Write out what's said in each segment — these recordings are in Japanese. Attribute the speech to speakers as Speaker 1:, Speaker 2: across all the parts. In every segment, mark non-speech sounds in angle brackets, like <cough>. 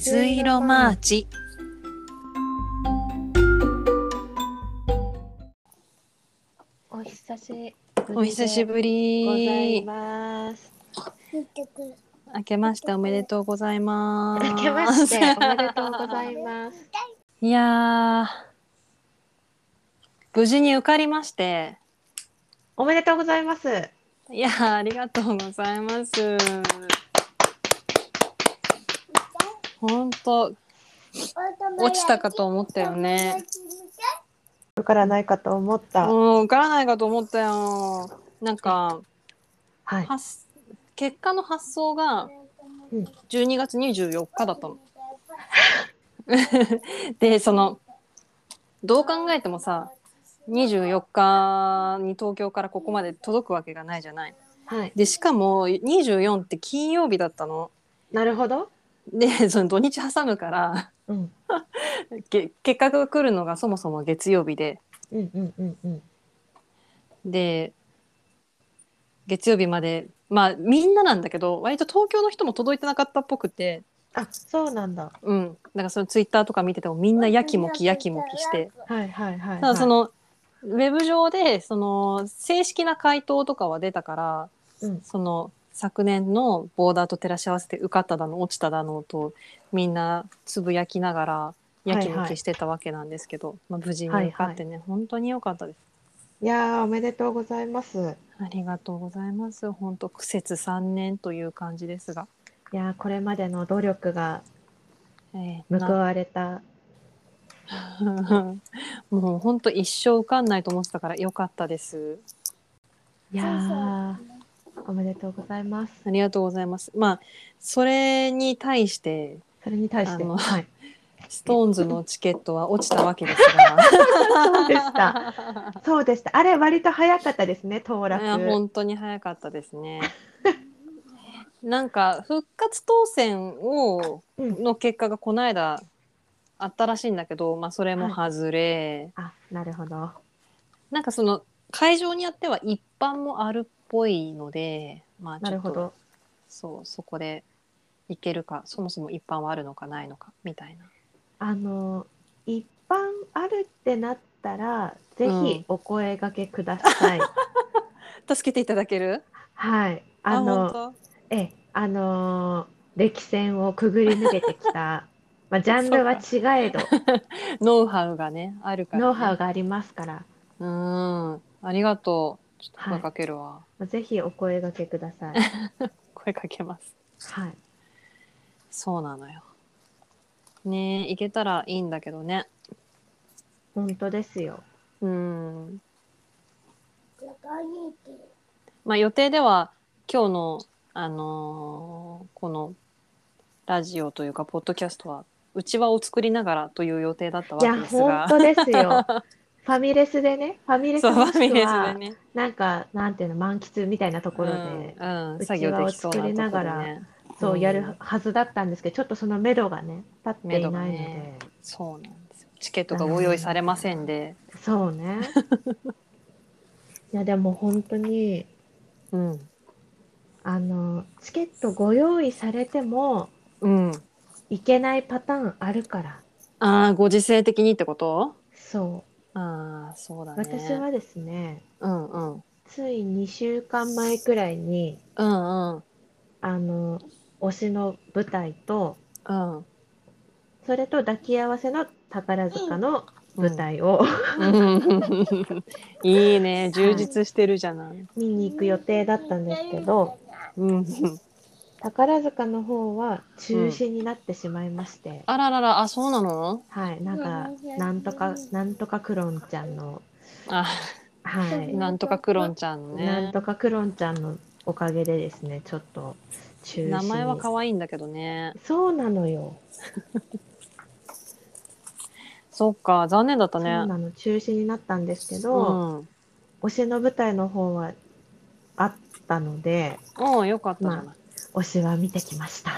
Speaker 1: 水色マーチ。
Speaker 2: お久しぶり。
Speaker 1: お久しぶり。
Speaker 2: ございます。
Speaker 1: 明けましておめでとうございます。
Speaker 2: 明けましておめでとうございます。
Speaker 1: いやー、無事に受かりまして、
Speaker 2: おめでとうございます。
Speaker 1: いやーありがとうございます。本当落ちたかと思ったよね。
Speaker 2: 受からないかと思った。
Speaker 1: うん受からないかと思ったよ。なんか
Speaker 2: はい。
Speaker 1: 発結果の発送が
Speaker 2: うん
Speaker 1: 12月24日だったの。でそのどう考えてもさ24日に東京からここまで届くわけがないじゃない。
Speaker 2: はい。
Speaker 1: でしかも24って金曜日だったの。
Speaker 2: なるほど。
Speaker 1: で <laughs> その土日挟むから
Speaker 2: うん。
Speaker 1: け結果が来るのがそもそも月曜日で
Speaker 2: うんうんうんうん。
Speaker 1: で月曜日までまあみんななんだけど割と東京の人も届いてなかったっぽくて
Speaker 2: あ、そうなんだ。
Speaker 1: うんだからそのツイッターとか見ててもみんなやきもきやきもきして。
Speaker 2: はいはいはい、はい。
Speaker 1: ただそ、のウェブ上でその正式な回答とかは出たから
Speaker 2: うん。
Speaker 1: その昨年のボーダーと照らし合わせて受かっただの落ちただのとみんなつぶやきながらやきもきしてたわけなんですけど、まあ、無事に受かってね、本当に良かったです。
Speaker 2: いやー、おめでとうございます。
Speaker 1: ありがとうございます。本当苦節3年という感じですが、
Speaker 2: いやー、これまでの努力が
Speaker 1: えー
Speaker 2: 報われた。
Speaker 1: な <laughs> もう本当一生受かんないと思ってたから良かったです。
Speaker 2: いやー、おめでとうございます。
Speaker 1: ありがとうございます。まあそれに対して
Speaker 2: それに対して、
Speaker 1: あの
Speaker 2: はい。
Speaker 1: ストーンズのチケットは落ちたわけです <laughs> が。
Speaker 2: そうで <laughs> した。そうでした。あれ、割と早かったですね、当落。
Speaker 1: いや本当に早かったですね。 <laughs> なんか復活当選を
Speaker 2: うん
Speaker 1: の結果がこの間あったらしいんだけど、まあ、それも外れ、
Speaker 2: あ、なるほど。
Speaker 1: なんかその会場によっては一般もあるっぽいので、まあ、
Speaker 2: な
Speaker 1: ちょ
Speaker 2: る
Speaker 1: っ
Speaker 2: ほ
Speaker 1: と
Speaker 2: ど。
Speaker 1: そうそこでいけるかそもそも一般はあるのかないのかみたいな。
Speaker 2: あの、一般あるってなったら、ぜ
Speaker 1: うん
Speaker 2: ひお声掛けくだ
Speaker 1: <laughs>
Speaker 2: さい。
Speaker 1: 助けていただける
Speaker 2: はい。あの、
Speaker 1: 本
Speaker 2: ええ、あのー、歴戦をくぐり抜けてきた、
Speaker 1: <laughs>
Speaker 2: まあ、ジャンルは違えど、
Speaker 1: 当ノウハウがねあるから、ね。
Speaker 2: ノウハウがありますから、
Speaker 1: うんありがとう。ちょっと声かけるわ。
Speaker 2: まあぜひお声掛けくだ
Speaker 1: <laughs>
Speaker 2: さい。
Speaker 1: 声かけます。
Speaker 2: はい。
Speaker 1: そうなのよ。ねえ、行けたらいいんだけどね。
Speaker 2: 本当ですよ。
Speaker 1: うん。まあ予定では今日の、あのーこのラジオというか、ポッドキャストは、うちわを作りながらという予定だったわ
Speaker 2: いや、
Speaker 1: けです
Speaker 2: 本
Speaker 1: が。
Speaker 2: 当で
Speaker 1: <laughs>
Speaker 2: すよ。ファミレスでね、ファミレス
Speaker 1: そう、フ
Speaker 2: もしく
Speaker 1: ァミレス
Speaker 2: は
Speaker 1: でね。
Speaker 2: なんか、なんていうの、満喫みたいなところで、
Speaker 1: うん、うん、
Speaker 2: うちわを
Speaker 1: 作業できそうなところ
Speaker 2: 作
Speaker 1: で
Speaker 2: りながら
Speaker 1: ね。
Speaker 2: そううんやるはずだったんですけど、ちょっとその目処がね、立っていないので、
Speaker 1: 目処がねそうなんですよ。チケットがご用意されませんで。
Speaker 2: そう
Speaker 1: <laughs>
Speaker 2: ね。いや、でも本当に、
Speaker 1: うん。
Speaker 2: あの、チケットご用意されても、
Speaker 1: うん。
Speaker 2: いけないパターンあるから、
Speaker 1: ああ、ご時世的にってこと
Speaker 2: そ
Speaker 1: ああ、そうだ
Speaker 2: う、
Speaker 1: ね。
Speaker 2: 私はですね、
Speaker 1: うんうん。
Speaker 2: つい2週間前くらいに、
Speaker 1: うんうん。
Speaker 2: あの、推しの舞台と、
Speaker 1: うん。
Speaker 2: それと抱き合わせの宝塚の舞台を、
Speaker 1: <laughs> いいね。充実してるじゃない。
Speaker 2: <laughs> 見に行く予定だったんですけど、
Speaker 1: うん。
Speaker 2: 宝塚の方は中止になってしまいまして、
Speaker 1: あららら、あ、そうなの
Speaker 2: はい、なんか、なんとか、なんとかクロンちゃんの、
Speaker 1: あ、
Speaker 2: はい、
Speaker 1: なんとかクロンちゃんのね。
Speaker 2: なんとかクロンちゃんのおかげでですね、ちょっと中止に。
Speaker 1: 名前は可愛いんだけどね。
Speaker 2: そうなのよ。
Speaker 1: そっか、残念だった
Speaker 2: そう
Speaker 1: ね。
Speaker 2: なの、中止になったんですけ
Speaker 1: う
Speaker 2: ど、推しの舞台の方はあったので、
Speaker 1: ん。うん、よかったじゃない。
Speaker 2: 推しは見てき
Speaker 1: <laughs>
Speaker 2: ました。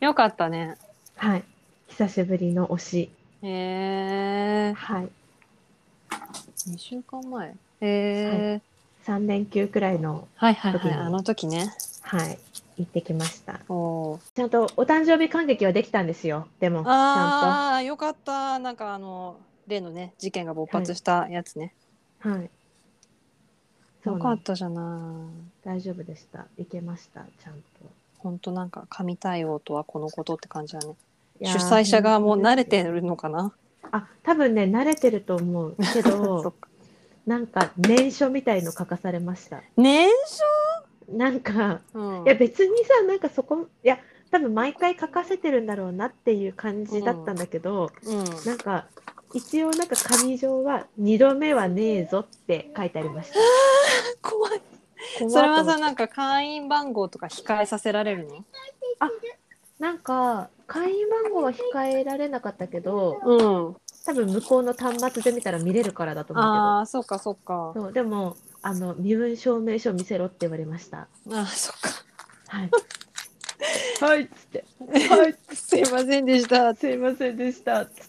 Speaker 1: よかったね。
Speaker 2: はい。久しぶりの推し。
Speaker 1: へえ。
Speaker 2: はい。
Speaker 1: 二週間前。へえ。
Speaker 2: 3連休くらいの、
Speaker 1: はいはい
Speaker 2: 時
Speaker 1: はい。
Speaker 2: に
Speaker 1: あの時ね。
Speaker 2: はい。行ってきました。
Speaker 1: おー
Speaker 2: ちゃんとお誕生日感激はできたんですよ。でも、ちゃん
Speaker 1: ああよかったなんかあの例のね事件が勃発したやつね、
Speaker 2: と。はい。そう
Speaker 1: よ
Speaker 2: ね
Speaker 1: かったじゃない
Speaker 2: 大丈夫でした。行けました。ちゃんと。
Speaker 1: ほんとなんか神対応とはこのことって感じだね
Speaker 2: いや
Speaker 1: 主
Speaker 2: ー
Speaker 1: 催者側も慣れて
Speaker 2: 本
Speaker 1: るのかな
Speaker 2: 当にあ、多分ね、慣れてると思うけ
Speaker 1: そっ <laughs>
Speaker 2: ど、
Speaker 1: か
Speaker 2: なんか、念書みたいの書かされました。
Speaker 1: 年
Speaker 2: なんか、
Speaker 1: 初、うん
Speaker 2: いや、別にさ、なんかそこ、いや、多分毎回書かせてるんだろうなっていう感じだったんだけど、
Speaker 1: うん、
Speaker 2: なんか、一応なんか紙上は二度目はねえぞって書いてありました。
Speaker 1: 怖い
Speaker 2: 怖っ
Speaker 1: それは
Speaker 2: と思っ
Speaker 1: さ
Speaker 2: て
Speaker 1: なんか会員番号とか控えさせられるの
Speaker 2: なんか会員番号は控えられなかったけど、
Speaker 1: うん
Speaker 2: 多分向こうの端末で見たら見れるからだと思
Speaker 1: ああそうかそうか
Speaker 2: うけど、そうでもあの身分証明書見せろって言われました。
Speaker 1: あーそっか
Speaker 2: はい。はいっつって。はい。
Speaker 1: すいませんでした
Speaker 2: すいませんでした。つって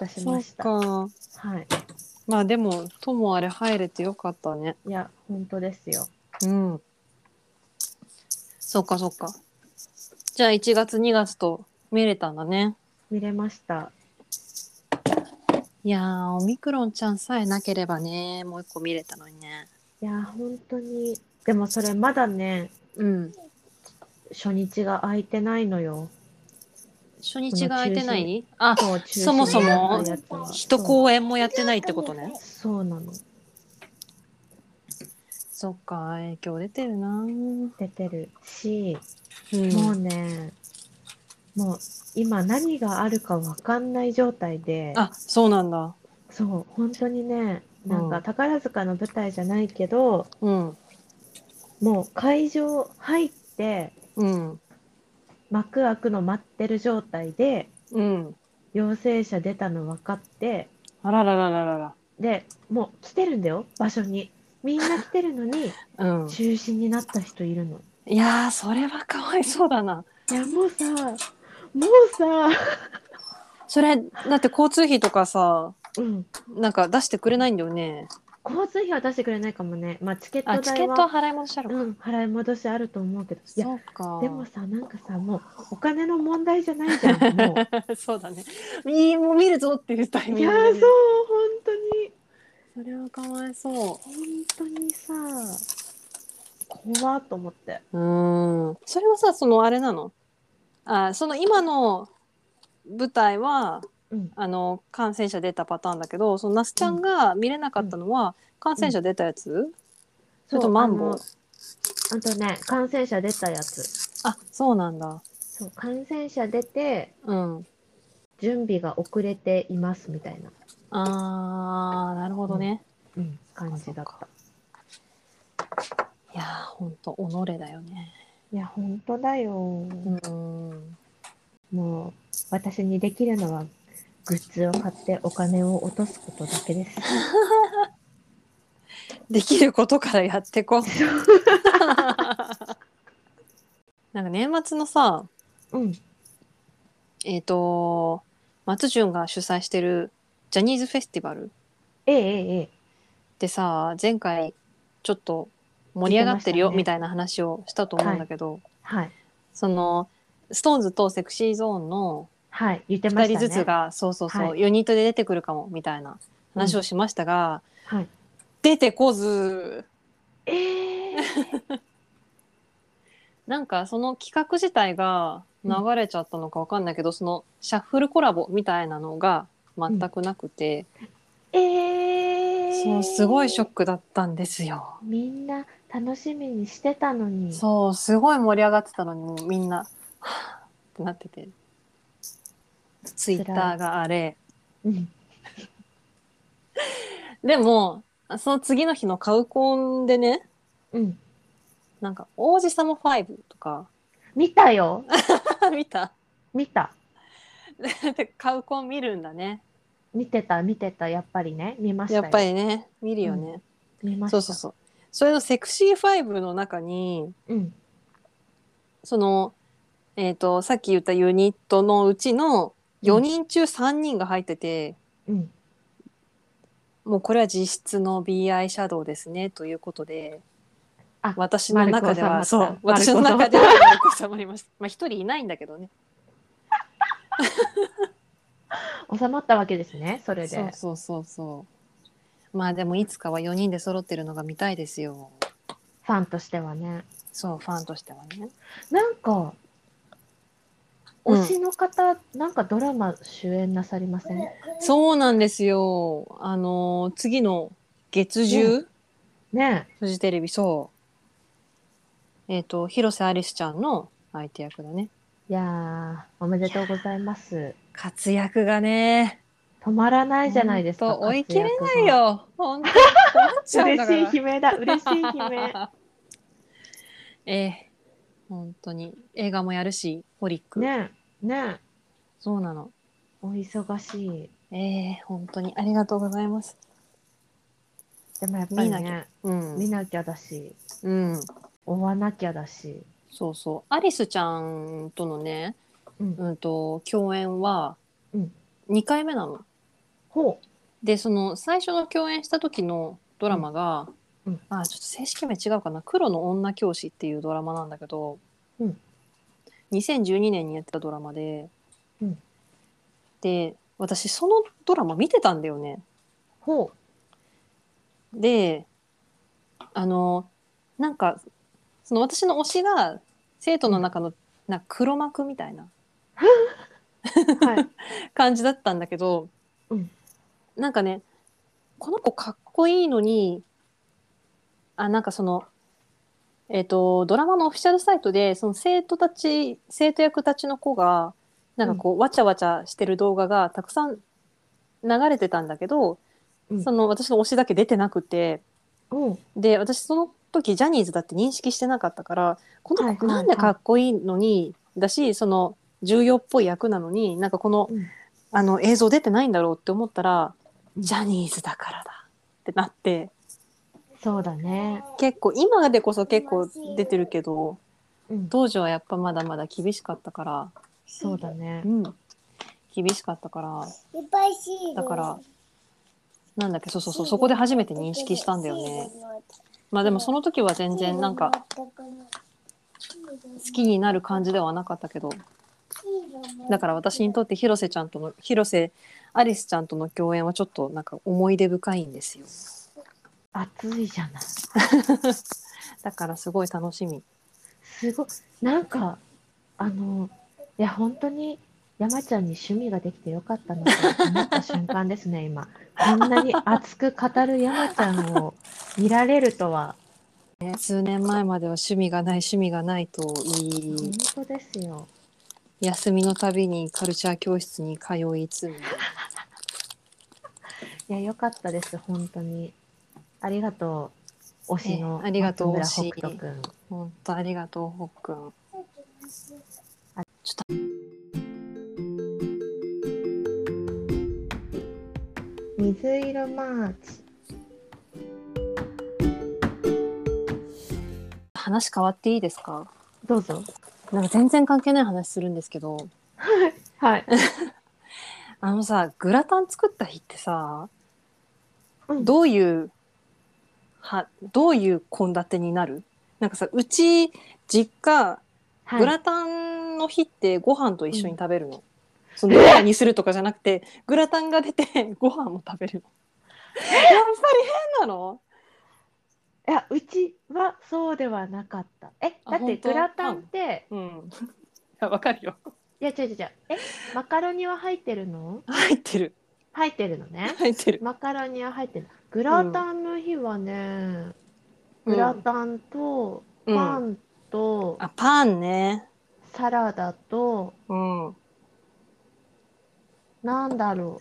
Speaker 2: 出し
Speaker 1: そ
Speaker 2: ま
Speaker 1: う
Speaker 2: した。
Speaker 1: か
Speaker 2: はい。
Speaker 1: まあでもともあれ入れてよかったね
Speaker 2: いや本当ですよ。
Speaker 1: うんそうかそうかじゃあ1月2月と見れたんだね
Speaker 2: 見れました。
Speaker 1: いやーオミクロンちゃんさえなければねもう一個見れたのにね
Speaker 2: いや本当に。でもそれまだね
Speaker 1: うん
Speaker 2: 初日が空いてないのよ。
Speaker 1: 初日が空いてないあ
Speaker 2: そう中止
Speaker 1: そもそ
Speaker 2: にな
Speaker 1: も
Speaker 2: ったやつは
Speaker 1: 一公演もやってないってことね
Speaker 2: そうなの。
Speaker 1: そっか影響出てるなー
Speaker 2: 出てるし、
Speaker 1: うん
Speaker 2: もうね、もう今何があるかわかんない状態で、
Speaker 1: あそうなんだ
Speaker 2: そう、本当にね、なん
Speaker 1: う
Speaker 2: か
Speaker 1: ん
Speaker 2: 宝塚の舞台じゃないけど、
Speaker 1: うん
Speaker 2: もう会場入って、
Speaker 1: うん
Speaker 2: 幕開くの待ってる状態で、
Speaker 1: うん
Speaker 2: 陽性者出たの分かって、
Speaker 1: あららららら
Speaker 2: で、もう来てるんだよ、場所に。みんな来てる
Speaker 1: <laughs>
Speaker 2: のに、
Speaker 1: らうん
Speaker 2: 中止になった人いるの。
Speaker 1: いやーそれはかわいそうだない
Speaker 2: や、もうさ、もうさ、
Speaker 1: それだって交通費とかさ
Speaker 2: うん、
Speaker 1: なんか出してくれないんだよね
Speaker 2: 交通費は出してくれないかもね。まあ、チケット代
Speaker 1: あ
Speaker 2: は。
Speaker 1: チケットは払い戻しあるか、
Speaker 2: うん、払い戻しあると思うけど、いや、
Speaker 1: そうか
Speaker 2: でもさ、なんかさ、もうお金の問題じゃないじゃん、
Speaker 1: <laughs>
Speaker 2: も
Speaker 1: <laughs> そうだねいいもう見るぞっていうタイ
Speaker 2: う。
Speaker 1: ミ
Speaker 2: い
Speaker 1: ン
Speaker 2: や
Speaker 1: グ
Speaker 2: ー、
Speaker 1: で
Speaker 2: そう
Speaker 1: ね、
Speaker 2: 本当に、
Speaker 1: それはかわいそ
Speaker 2: 本当にさ、怖っと思って。
Speaker 1: ううんそれはさそのあれなのあその今の舞台は
Speaker 2: うん、
Speaker 1: あの感染者出たパターンだけどその那須ちゃんが見れなかったのは、感染者出たやつ、それとマンボウ
Speaker 2: あのあとね、感染者出たやつ。
Speaker 1: あそうなんだ
Speaker 2: そう、感染者出て、
Speaker 1: うん
Speaker 2: 準備が遅れていますみたいな、
Speaker 1: あーなるほどね、
Speaker 2: うん、感じだっ
Speaker 1: そ
Speaker 2: た。
Speaker 1: いやーほんと己だよね
Speaker 2: いや、本当だよ。
Speaker 1: うん
Speaker 2: もう、私にできるのは、グッズを買ってお金を落とすことだけです。
Speaker 1: できることからやってこう <laughs> なんか年末のさ
Speaker 2: うん。
Speaker 1: えっ、と松潤が主催してるジャニーズフェスティバル
Speaker 2: ええええ。
Speaker 1: でさ前回ちょっと盛り上がってるよ
Speaker 2: 聞
Speaker 1: み
Speaker 2: いてましたね
Speaker 1: たいな話をしたと思うんだけど、
Speaker 2: はい。
Speaker 1: そのストーンズとセクシーゾーンの
Speaker 2: はい。言ってま
Speaker 1: 2
Speaker 2: したね。
Speaker 1: 人ずつが、そうそうそう、
Speaker 2: は
Speaker 1: ユニットで出てくるかもみたいな話をしましたが、
Speaker 2: はい。
Speaker 1: 出てこず
Speaker 2: ええ
Speaker 1: なんかその企画自体が流れちゃったのかわかんないけど、そのシャッフルコラボみたいなのが全くなくて、
Speaker 2: ええ
Speaker 1: そうすごいショックだったんですよ。
Speaker 2: みんな楽しみにしてたのに。
Speaker 1: そうすごい盛り上がってたのにみんなはぁってなっててツイッターがあれ
Speaker 2: うん。
Speaker 1: でもその次の日のカウコンでね
Speaker 2: うん。
Speaker 1: なんか「王子様5」とか <laughs>
Speaker 2: 見たよ。
Speaker 1: 見た
Speaker 2: 見た。
Speaker 1: でカウコン見るんだね
Speaker 2: 見てた、見てた。やっぱりね。見ました
Speaker 1: や
Speaker 2: よ。
Speaker 1: っぱ。りね見るよね、
Speaker 2: 見ました。
Speaker 1: そうそうそうそれの「セクシー5」の中に
Speaker 2: う。うん。
Speaker 1: そのえっ、とさっき言ったユニットのうちの4人中3人が入ってて、
Speaker 2: うん。
Speaker 1: もうこれは実質の B アイシャドウですねということで
Speaker 2: あ
Speaker 1: 私の中では
Speaker 2: 丸く収
Speaker 1: そ
Speaker 2: まった
Speaker 1: う私の中では丸く収まりましたまあ一人いないんだけどね
Speaker 2: 収まったわけですね、それで。
Speaker 1: そうそうそうそうまあでもいつかは4人で揃ってるのが見たいですよ
Speaker 2: ファンとしてはね。
Speaker 1: そうファンとしてはね
Speaker 2: なんか、
Speaker 1: うん
Speaker 2: 推しの方、なんかドラマ主演なさりません
Speaker 1: そうなんですよあのー次の月10、
Speaker 2: ね
Speaker 1: フジテレビそうえっ、と広瀬アリスちゃんの相手役だね
Speaker 2: え。いやー、おめでとうございます。
Speaker 1: 活躍がね
Speaker 2: 止まらないじゃないです
Speaker 1: ほ
Speaker 2: か。
Speaker 1: んと追い切れない
Speaker 2: 活
Speaker 1: よ本当に困っちゃうん
Speaker 2: 躍
Speaker 1: だから
Speaker 2: が。嬉しい悲鳴だ、嬉しい悲
Speaker 1: <laughs>
Speaker 2: 鳴。
Speaker 1: ええ本当に映画もやるしホリック、
Speaker 2: ねえ、ねえ、
Speaker 1: そうなの
Speaker 2: お忙しい。
Speaker 1: ええ本当にありがとうございます
Speaker 2: でもやっぱ
Speaker 1: 見
Speaker 2: り
Speaker 1: なき
Speaker 2: ね、
Speaker 1: うん、
Speaker 2: 見なきゃだし、
Speaker 1: うん、
Speaker 2: 追わなきゃだし。
Speaker 1: そうそうアリスちゃんとのね、
Speaker 2: うん
Speaker 1: うん、と共演は
Speaker 2: うん
Speaker 1: 2回目なの、
Speaker 2: ほ
Speaker 1: でその最初の共演した時のドラマが、
Speaker 2: うんうん
Speaker 1: あちょっと正式名違うかな「黒の女教師」っていうドラマなんだけど、
Speaker 2: うん
Speaker 1: 2012年にやってたドラマで、
Speaker 2: うん
Speaker 1: で私そのドラマ見てたんだよね。
Speaker 2: う、ほ
Speaker 1: であのなんかその私の推しが生徒の中のなんか黒幕みたいな <laughs>
Speaker 2: う。はい。
Speaker 1: 感じだったんだけど、
Speaker 2: うん
Speaker 1: なんかねこの子かっこいいのにあなんかそのえっ、とドラマのオフィシャルサイトでその生徒たち生徒役たちの子がなんかこう、わちゃわちゃしてる動画がたくさん流れてたんだけど、
Speaker 2: うん
Speaker 1: その私の推しだけ出てなくて
Speaker 2: ほう。
Speaker 1: で私その時ジャニーズだって認識してなかったからこ
Speaker 2: は
Speaker 1: の
Speaker 2: い
Speaker 1: 子
Speaker 2: はいはい
Speaker 1: なんでかっこいいのに、だしその重要っぽい役なのになんかこの
Speaker 2: うん
Speaker 1: あの映像出てないんだろうって思ったら、
Speaker 2: うん
Speaker 1: ジャニーズだからだってなって
Speaker 2: そうだね。
Speaker 1: 結構今でこそ結構出てるけど
Speaker 2: うん、
Speaker 1: 当時はやっぱまだまだ厳しかったから、
Speaker 2: そうだね
Speaker 1: う。ん、厳しかったからだからなんだっけそうそうそうそこで初めて認識したんだよね。まあでもその時は全然なんか
Speaker 3: 好
Speaker 1: 好きになる感じではなかったけどだから私にとって広瀬ちゃんとの広瀬アリスちゃんとの共演はちょっとなんか思い出深いんですよ
Speaker 2: 暑いじゃない。
Speaker 1: だからすごい楽しみ
Speaker 2: すごい。なんか、あの、いや、本当に山ちゃんに趣味ができてよかったなと思った瞬間ですね、今。こんなに熱く語る山ちゃんを見られるとは。
Speaker 1: ね数年前までは趣味がない趣味がないと言い
Speaker 2: 本当ですよ。
Speaker 1: 休みのたびにカルチャー教室に通いつみ
Speaker 2: いや、よかったです、本当に。ありがとう、推しの、
Speaker 1: ねありがとう
Speaker 2: 松村
Speaker 1: 推し
Speaker 2: 北斗くん。
Speaker 1: 本当ありがとうほっくん
Speaker 2: 水色マーチ。
Speaker 1: 話変わっていいですか
Speaker 2: どうぞ。
Speaker 1: なんか全然関係ない話するんですけど
Speaker 2: はい。
Speaker 1: あのさグラタン作った日ってさ
Speaker 2: うん
Speaker 1: どういうはどういう献立になるなんかさうち実家
Speaker 2: はい
Speaker 1: グラタンの日ってご飯と一緒に食べるの。その
Speaker 2: え
Speaker 1: ご飯にするとかじゃなくて、グラタンが出て <laughs> ご飯も食べるの。やっぱり変なの
Speaker 2: いや、うちはそうではなかった。え、
Speaker 1: あ
Speaker 2: だって
Speaker 1: 本当
Speaker 2: グラタンって、
Speaker 1: うん。いや、わかるよ。
Speaker 2: いや、違う違う違う。え、マカロニは入ってるの
Speaker 1: 入ってる。
Speaker 2: 入ってるのね。
Speaker 1: 入ってる。
Speaker 2: マカロニは入ってる。グラタンの日はね、グラタンと
Speaker 1: うん
Speaker 2: パ
Speaker 1: うん
Speaker 2: ンと
Speaker 1: あ、パンね。
Speaker 2: サラダと、
Speaker 1: うん。
Speaker 2: なんだろ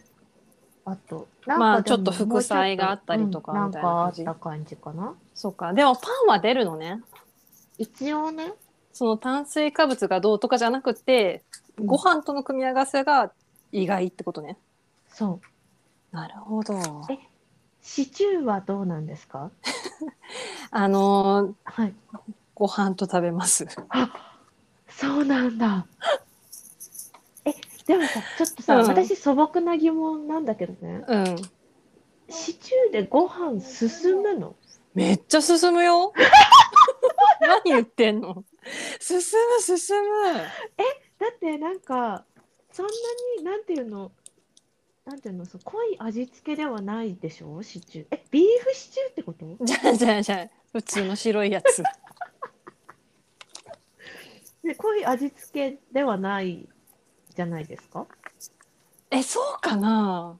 Speaker 2: う。あと、なん
Speaker 1: まあ
Speaker 2: でも
Speaker 1: ちょっと副菜があったりとか
Speaker 2: うん
Speaker 1: みたいな感じ
Speaker 2: なんかあった感じかな。
Speaker 1: そうか。でもパンは出るのね。
Speaker 2: 一応ね、
Speaker 1: その炭水化物がどうとかじゃなくて、ご飯との組み合わせが意外ってことね。
Speaker 2: そう。
Speaker 1: なるほど。
Speaker 2: シチューはどうなんですか
Speaker 1: あのー
Speaker 2: はい。
Speaker 1: ご飯と食べます。
Speaker 2: そうなんだ。え、でもさ、ちょっとさ、
Speaker 1: うん
Speaker 2: 私素朴な疑問なんだけどね。
Speaker 1: うん。
Speaker 2: シチューでご飯進むの
Speaker 1: めっちゃ進むよ。 <laughs> 何言ってんの進む進む
Speaker 2: だってなんかそんなになんていうのなんていうのそう濃い味付けではないでしょシチューえビーフシチューってこと
Speaker 1: じゃあじゃあじゃあ普通の白いやつ
Speaker 2: で濃い味付けではないじゃないですか
Speaker 1: <laughs> えそうかな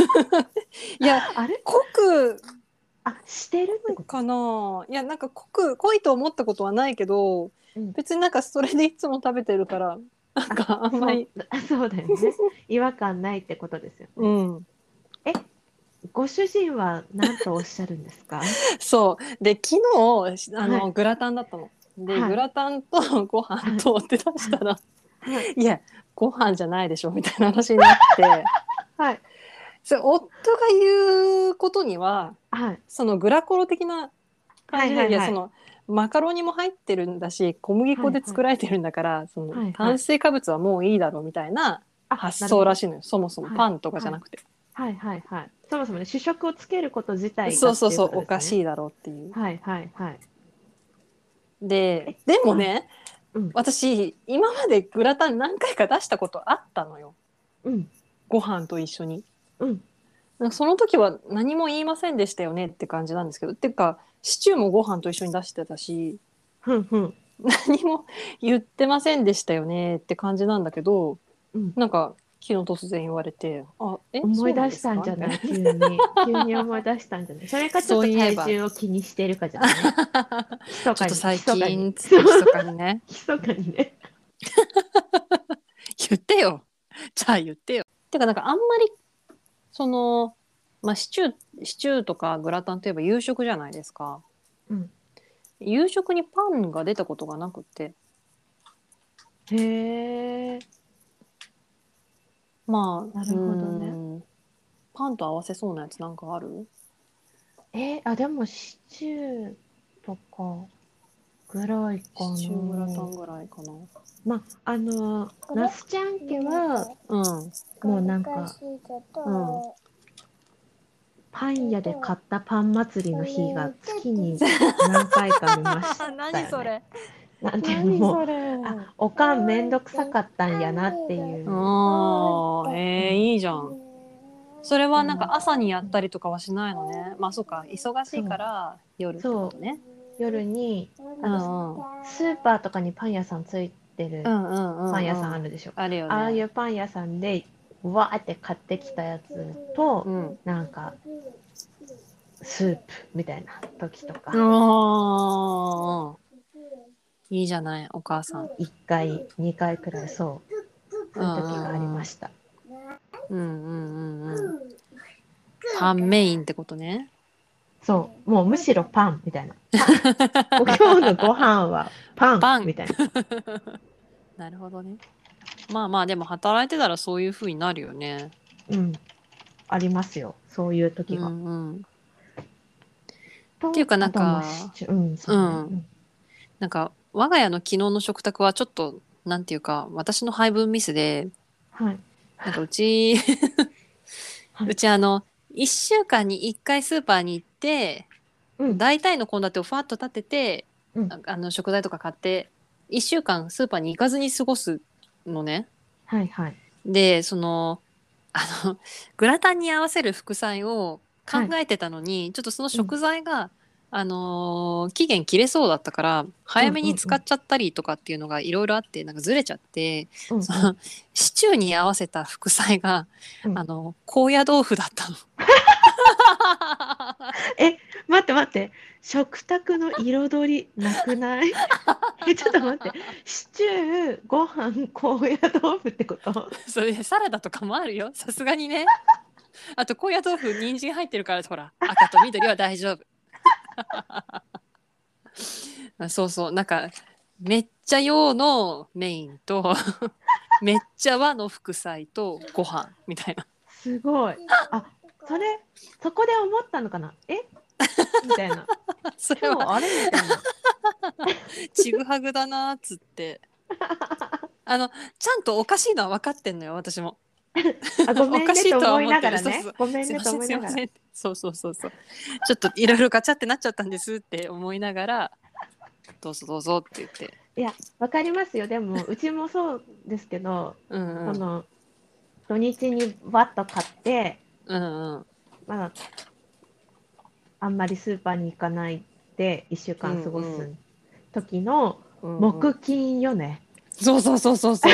Speaker 1: <laughs> いや
Speaker 2: あれ
Speaker 1: 濃く
Speaker 2: あしてるの
Speaker 1: かないやなんか濃く濃いと思ったことはないけど、
Speaker 2: うん
Speaker 1: 別になんかそれでいつも食べてるからなんかあんまり
Speaker 2: あそう
Speaker 1: <laughs>
Speaker 2: <laughs> だよね違和感ないってことですよね、
Speaker 1: うん
Speaker 2: ご主人は何とおっしゃるんで
Speaker 1: <laughs>
Speaker 2: すか
Speaker 1: そうで昨日あの、
Speaker 2: は
Speaker 1: グラタンだったので、
Speaker 2: はい
Speaker 1: グラタンと <laughs> ご飯とって出したら、
Speaker 2: はい、
Speaker 1: いやご飯じゃないでしょみたいな話になって
Speaker 2: <laughs> はい
Speaker 1: それ夫が言うことには
Speaker 2: はい
Speaker 1: そのグラコロ的な感じで、
Speaker 2: はいいはいはい
Speaker 1: やそのマカロニも入ってるんだし小麦粉で作られてるんだから、そ
Speaker 2: はいは
Speaker 1: の
Speaker 2: い
Speaker 1: 炭水化物はもういいだろうみたいな
Speaker 2: あ
Speaker 1: 発想ら
Speaker 2: しい
Speaker 1: しいのよそもそも
Speaker 2: はい
Speaker 1: パンとかじゃなくて、
Speaker 2: はいはいはいそもそもね主食をつけること自体が
Speaker 1: そうそうそう
Speaker 2: ってい
Speaker 1: お
Speaker 2: こと
Speaker 1: か
Speaker 2: ですね
Speaker 1: しいだろうっていう。
Speaker 2: はいはいはい
Speaker 1: ででもね、
Speaker 2: うん
Speaker 1: 私今までグラタン何回か出したことあったのよ
Speaker 2: うん
Speaker 1: ご飯と一緒に。
Speaker 2: うん
Speaker 1: なんかその時は何も言いませんでしたよねって感じなんですけどっていうかシチューもご飯と一緒に出してたし <laughs>
Speaker 2: ふんふん
Speaker 1: 何も言ってませんでしたよねって感じなんだけど、
Speaker 2: うん
Speaker 1: なんか昨日突然言われてあえ
Speaker 2: 思い出したんじゃないい急に
Speaker 1: <laughs>
Speaker 2: 急に思い出したんじゃないそれかち
Speaker 1: そ
Speaker 2: ょっ
Speaker 1: う
Speaker 2: と
Speaker 1: いえば
Speaker 2: 体重を気にしてるかじゃないち
Speaker 1: <laughs>
Speaker 2: ょ
Speaker 1: ちょっと最
Speaker 2: 密かに
Speaker 1: 近ひそかにね
Speaker 2: 密かにね
Speaker 1: 言ってよじゃあ言ってよてかなんかあんまりそのまあシチューシチューとかグラタンといえば夕食じゃないですか
Speaker 2: うん
Speaker 1: 夕食にパンが出たことがなくて
Speaker 2: へえ
Speaker 1: まあ
Speaker 2: なるほどね
Speaker 1: うんパンと合わせそうなやつなんかある
Speaker 2: えあでもシチューとかぐらいかな
Speaker 1: シチューグラタンぐらいか
Speaker 2: まああのナスちゃん家は
Speaker 1: なうん
Speaker 2: もうなんか、
Speaker 1: うん
Speaker 2: パン屋で買ったパン祭りの日が月に何回か見ま
Speaker 1: <laughs>
Speaker 2: したよね。なんていうのもう
Speaker 1: れ
Speaker 2: あおかんめんどくさかったんやなっていう。
Speaker 1: あーえー、いいじゃん。それはなん
Speaker 2: う
Speaker 1: か朝にやったりとかはしないのね。まあそうか、忙しいから夜ってことね。
Speaker 2: 夜に
Speaker 1: うんうん
Speaker 2: スーパーとかにパン屋さんついてる
Speaker 1: うんうんうん。
Speaker 2: パン屋さんあ
Speaker 1: る。
Speaker 2: るでしょ。
Speaker 1: あるよね。
Speaker 2: ああいうパン屋さんでわーって買ってきたやつと、
Speaker 1: うん
Speaker 2: なんかスープみたいな時とか、
Speaker 1: あーいいじゃない、お母さん。
Speaker 2: 1回2回くらいそうそういう時がありました。
Speaker 1: うんうんうんうん。パンメインってことね。
Speaker 2: そう、もうむしろパンみたいな。 <laughs> パン今日のご飯はパン
Speaker 1: パン
Speaker 2: みたいな。
Speaker 1: なるほどね。まあまあでも働いてたらそういう風になるよね。
Speaker 2: うん。ありますよ。そういう時
Speaker 1: う
Speaker 2: が。
Speaker 1: んうん。
Speaker 2: と
Speaker 1: っていうかなんか
Speaker 2: あとはシチューうん、そうね
Speaker 1: うんなんか我が家の昨日の食卓はちょっとなんていうか私の配分ミスで
Speaker 2: うんはい。
Speaker 1: なんかうち
Speaker 2: はいう
Speaker 1: ちあの1週間に1回スーパーに行って
Speaker 2: うん。
Speaker 1: 大体の献立をファッと立てて、
Speaker 2: うん
Speaker 1: ああの食材とか買って1週間スーパーに行かずに過ごすのね。
Speaker 2: はいはい。
Speaker 1: でそのあのグラタンに合わせる副菜を考えてたのに、ちょっとその食材が、あのー期限切れそうだったから早めに使っちゃったりとかっていうのがいろいろあってなんかずれちゃって、
Speaker 2: うん
Speaker 1: そのシチューに合わせた副菜が、
Speaker 2: うん
Speaker 1: あの高野豆腐だったの。 <laughs>
Speaker 2: 待って待って。食卓の彩りなくない <laughs> え、ちょっと待って。シチュー、ご飯、高野豆腐ってこと
Speaker 1: それでサラダとかもあるよさすがにね。あと高野豆腐人参入ってるからほら赤と緑は大丈夫。 <laughs> あそうそうなんかめっちゃ用のメインとめっちゃ和の副菜とご飯みたいな。
Speaker 2: すごい。あ、それ、そこで思ったのかな
Speaker 1: <laughs>
Speaker 2: えみたいな。
Speaker 1: それ
Speaker 2: 今日
Speaker 1: は
Speaker 2: あれみたいな。
Speaker 1: ちぐはぐだなっつって。あのちゃんとおかしいのは分かってんのよ私も。
Speaker 2: あごめん
Speaker 1: <laughs> おか
Speaker 2: ね
Speaker 1: しいと
Speaker 2: と
Speaker 1: は思
Speaker 2: 思い
Speaker 1: っ
Speaker 2: な
Speaker 1: て
Speaker 2: が
Speaker 1: る
Speaker 2: らね
Speaker 1: そう。
Speaker 2: ごめん
Speaker 1: すい
Speaker 2: ね
Speaker 1: ま
Speaker 2: と
Speaker 1: せん
Speaker 2: 思い
Speaker 1: すい
Speaker 2: な
Speaker 1: ま
Speaker 2: が
Speaker 1: せ
Speaker 2: ら。
Speaker 1: んそうそうそうそうちょっといろいろガチャってなっちゃったんですって思いながらどうぞどうぞって言って。
Speaker 2: いや、わかりますよ。でも、うちもそうですけど、
Speaker 1: うんう
Speaker 2: こ
Speaker 1: ん。
Speaker 2: の、土日にバッと買って、
Speaker 1: うんうん。
Speaker 2: まあ、あんまりスーパーに行かないで1週間過ご
Speaker 1: うんう
Speaker 2: す時の
Speaker 1: うんうん
Speaker 2: 木金よね。
Speaker 1: そうそうそうそうそう。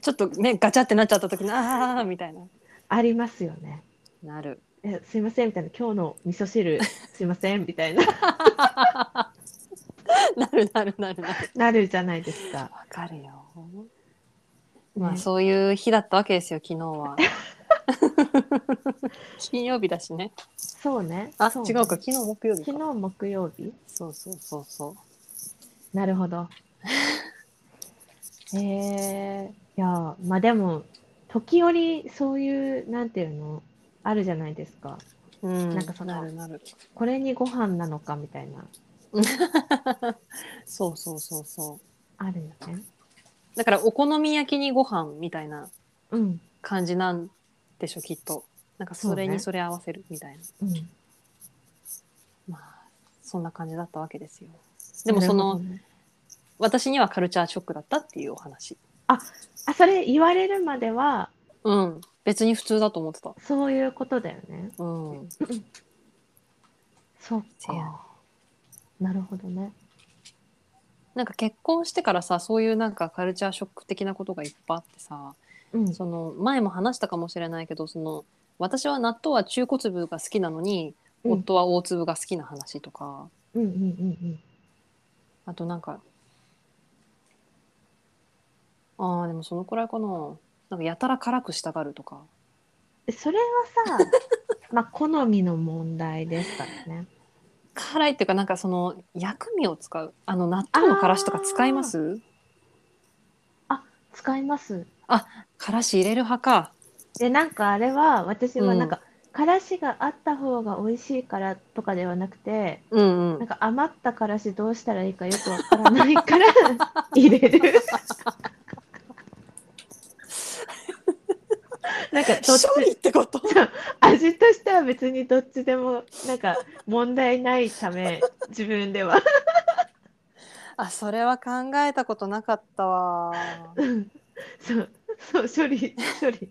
Speaker 1: ちょっとね、ガチャってなっちゃった時に、ああ、みたいな。
Speaker 2: ありますよね。
Speaker 1: な
Speaker 2: <laughs>
Speaker 1: る。
Speaker 2: えすいませんみたいな今日の味噌汁すいませんみたいな <laughs>
Speaker 1: なるなるなるなる。
Speaker 2: なるじゃないで
Speaker 1: <laughs>
Speaker 2: すか。
Speaker 1: わかるよ。まあ、
Speaker 2: ね
Speaker 1: そういう日だったわけですよ、昨日 <laughs> は。金曜日だしね。
Speaker 2: そうね。
Speaker 1: あ、
Speaker 2: そ
Speaker 1: 違
Speaker 2: ね
Speaker 1: うか、昨日木曜日
Speaker 2: 昨
Speaker 1: か。
Speaker 2: 日木曜日
Speaker 1: そうそうそうそう。
Speaker 2: なる
Speaker 1: <laughs>
Speaker 2: ほど。えー、いやまあでも時折そういうなんていうのあるじゃないですか。
Speaker 1: うん、
Speaker 2: なんかその
Speaker 1: なるなる。 <laughs>
Speaker 2: これにご飯なのかみたいな
Speaker 1: そうそうそうそ
Speaker 2: あるよね。
Speaker 1: う。だから、お好み焼きにご飯みたいな
Speaker 2: うん。
Speaker 1: 感じなんでしょ、きっと。なんか、それ
Speaker 2: そう
Speaker 1: に
Speaker 2: ね
Speaker 1: それ合わせるみたいな。
Speaker 2: うん
Speaker 1: まあ、そんな感じだったわけですよ。でも、その、、私にはカルチャーショックだったっていうお話。
Speaker 2: あそれ言われるまでは
Speaker 1: うん。別に普通だと思ってた。
Speaker 2: そういうことだよね。
Speaker 1: うん。
Speaker 2: そっ
Speaker 1: せやね
Speaker 2: か。なるほどね。
Speaker 1: なんか結婚してからさ、そういうなんかカルチャーショック的なことがいっぱいあってさ、
Speaker 2: うん。
Speaker 1: その前も話したかもしれないけど、その私は納豆は中古粒が好きなのに、
Speaker 2: うん
Speaker 1: 夫は大粒が好きな話とか、
Speaker 2: うんうんうん
Speaker 1: あとなんか、ああ、でもそのくらいかな。なんかやたら辛くしたがるとか。
Speaker 2: うん。それは
Speaker 1: <laughs>
Speaker 2: さ、まあ好みの問題ですからね。
Speaker 1: 辛いっていうかなんかその薬味を使う。あの納豆のからしとか使います
Speaker 2: 使います。
Speaker 1: からし入れる派か。
Speaker 2: でなんかあれは私
Speaker 1: う
Speaker 2: は
Speaker 1: ん
Speaker 2: なんか、からしがあった方が美味しいからとかではなくて、
Speaker 1: うんう
Speaker 2: なん
Speaker 1: ん。
Speaker 2: か余ったからしどうしたらいいかよくわからないから
Speaker 1: <laughs>
Speaker 2: 入れる。な
Speaker 1: <laughs>
Speaker 2: んかどっち
Speaker 1: 処理ってこと
Speaker 2: 味としては別にどっちでもなんか問題ないため自分では
Speaker 1: あ、それは考えたことなかったわ。い
Speaker 2: うんそうそう処理処理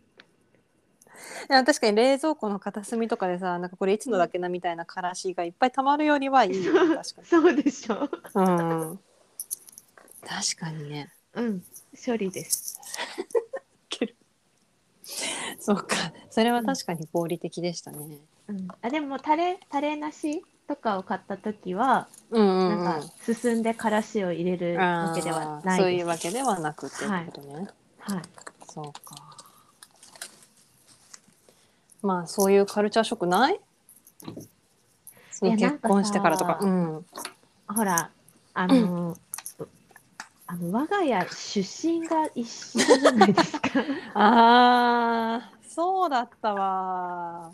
Speaker 1: や確かに冷蔵庫の片隅とかでさ、なんかこれいつのだっけなみたいなからしがいっぱい溜まるよりはいいよね。確か
Speaker 2: そうでしょ
Speaker 1: に。うん。確かにね。
Speaker 2: うん処理です
Speaker 1: そうか。それは確かに合理的でしたね。
Speaker 2: うんあでもタレタレなしとかを買った時は
Speaker 1: うんうん、うん。
Speaker 2: なんか進んでからしを入れるわけでは
Speaker 1: あー
Speaker 2: ない
Speaker 1: そうい
Speaker 2: で
Speaker 1: う
Speaker 2: す
Speaker 1: わけではなくっていうことね。
Speaker 2: はい
Speaker 1: そうか。まあそういうカルチャーショックない？その
Speaker 2: いやなん
Speaker 1: 結
Speaker 2: かさ
Speaker 1: 婚してからとか。うん。
Speaker 2: ほらあのあの我が家出身が一緒じゃな
Speaker 1: <laughs>
Speaker 2: いですか
Speaker 1: ああ、そうだったわ。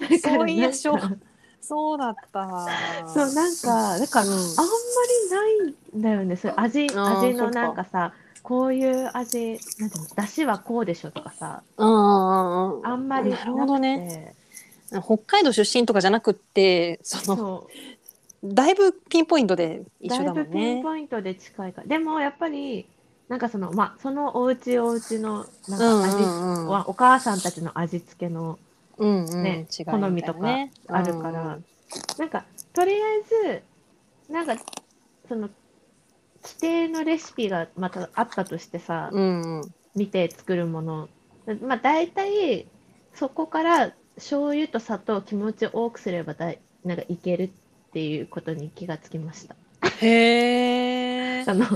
Speaker 2: だから
Speaker 1: そういやしょ
Speaker 2: なんか
Speaker 1: そうだったわ。
Speaker 2: そうなんかだから、
Speaker 1: うん
Speaker 2: あんまりないんだよね。それ味味
Speaker 1: あーそ
Speaker 2: の
Speaker 1: っか
Speaker 2: なんかさこういう味なんていうの出汁はこうでしょとかさ
Speaker 1: うんうんうん。
Speaker 2: あんまりな
Speaker 1: な
Speaker 2: くて
Speaker 1: るほどね。。北海道出身とかじゃなくって、その
Speaker 2: そ
Speaker 1: だいぶピンポイントで
Speaker 2: う
Speaker 1: 一緒
Speaker 2: だい
Speaker 1: だも
Speaker 2: ぶ
Speaker 1: ん
Speaker 2: ピン
Speaker 1: ね。
Speaker 2: ポイントで近いから。でもやっぱりなんかそのまあそのお家お家のなん
Speaker 1: うんう
Speaker 2: か味、
Speaker 1: んうん。
Speaker 2: はお母さんたちの味付けの
Speaker 1: うんうん。
Speaker 2: ね
Speaker 1: 違い
Speaker 2: 好みとか
Speaker 1: みた
Speaker 2: あ
Speaker 1: いなね
Speaker 2: るから、
Speaker 1: うん
Speaker 2: なんかとりあえずなんかその規定のレシピがまたあったとしてさ、
Speaker 1: うんうん。
Speaker 2: 見て作るものまあ大体そこから醤油と砂糖を気持ち多くすればだいなんかいけるっていうことに気がつきました
Speaker 1: へえ。
Speaker 2: その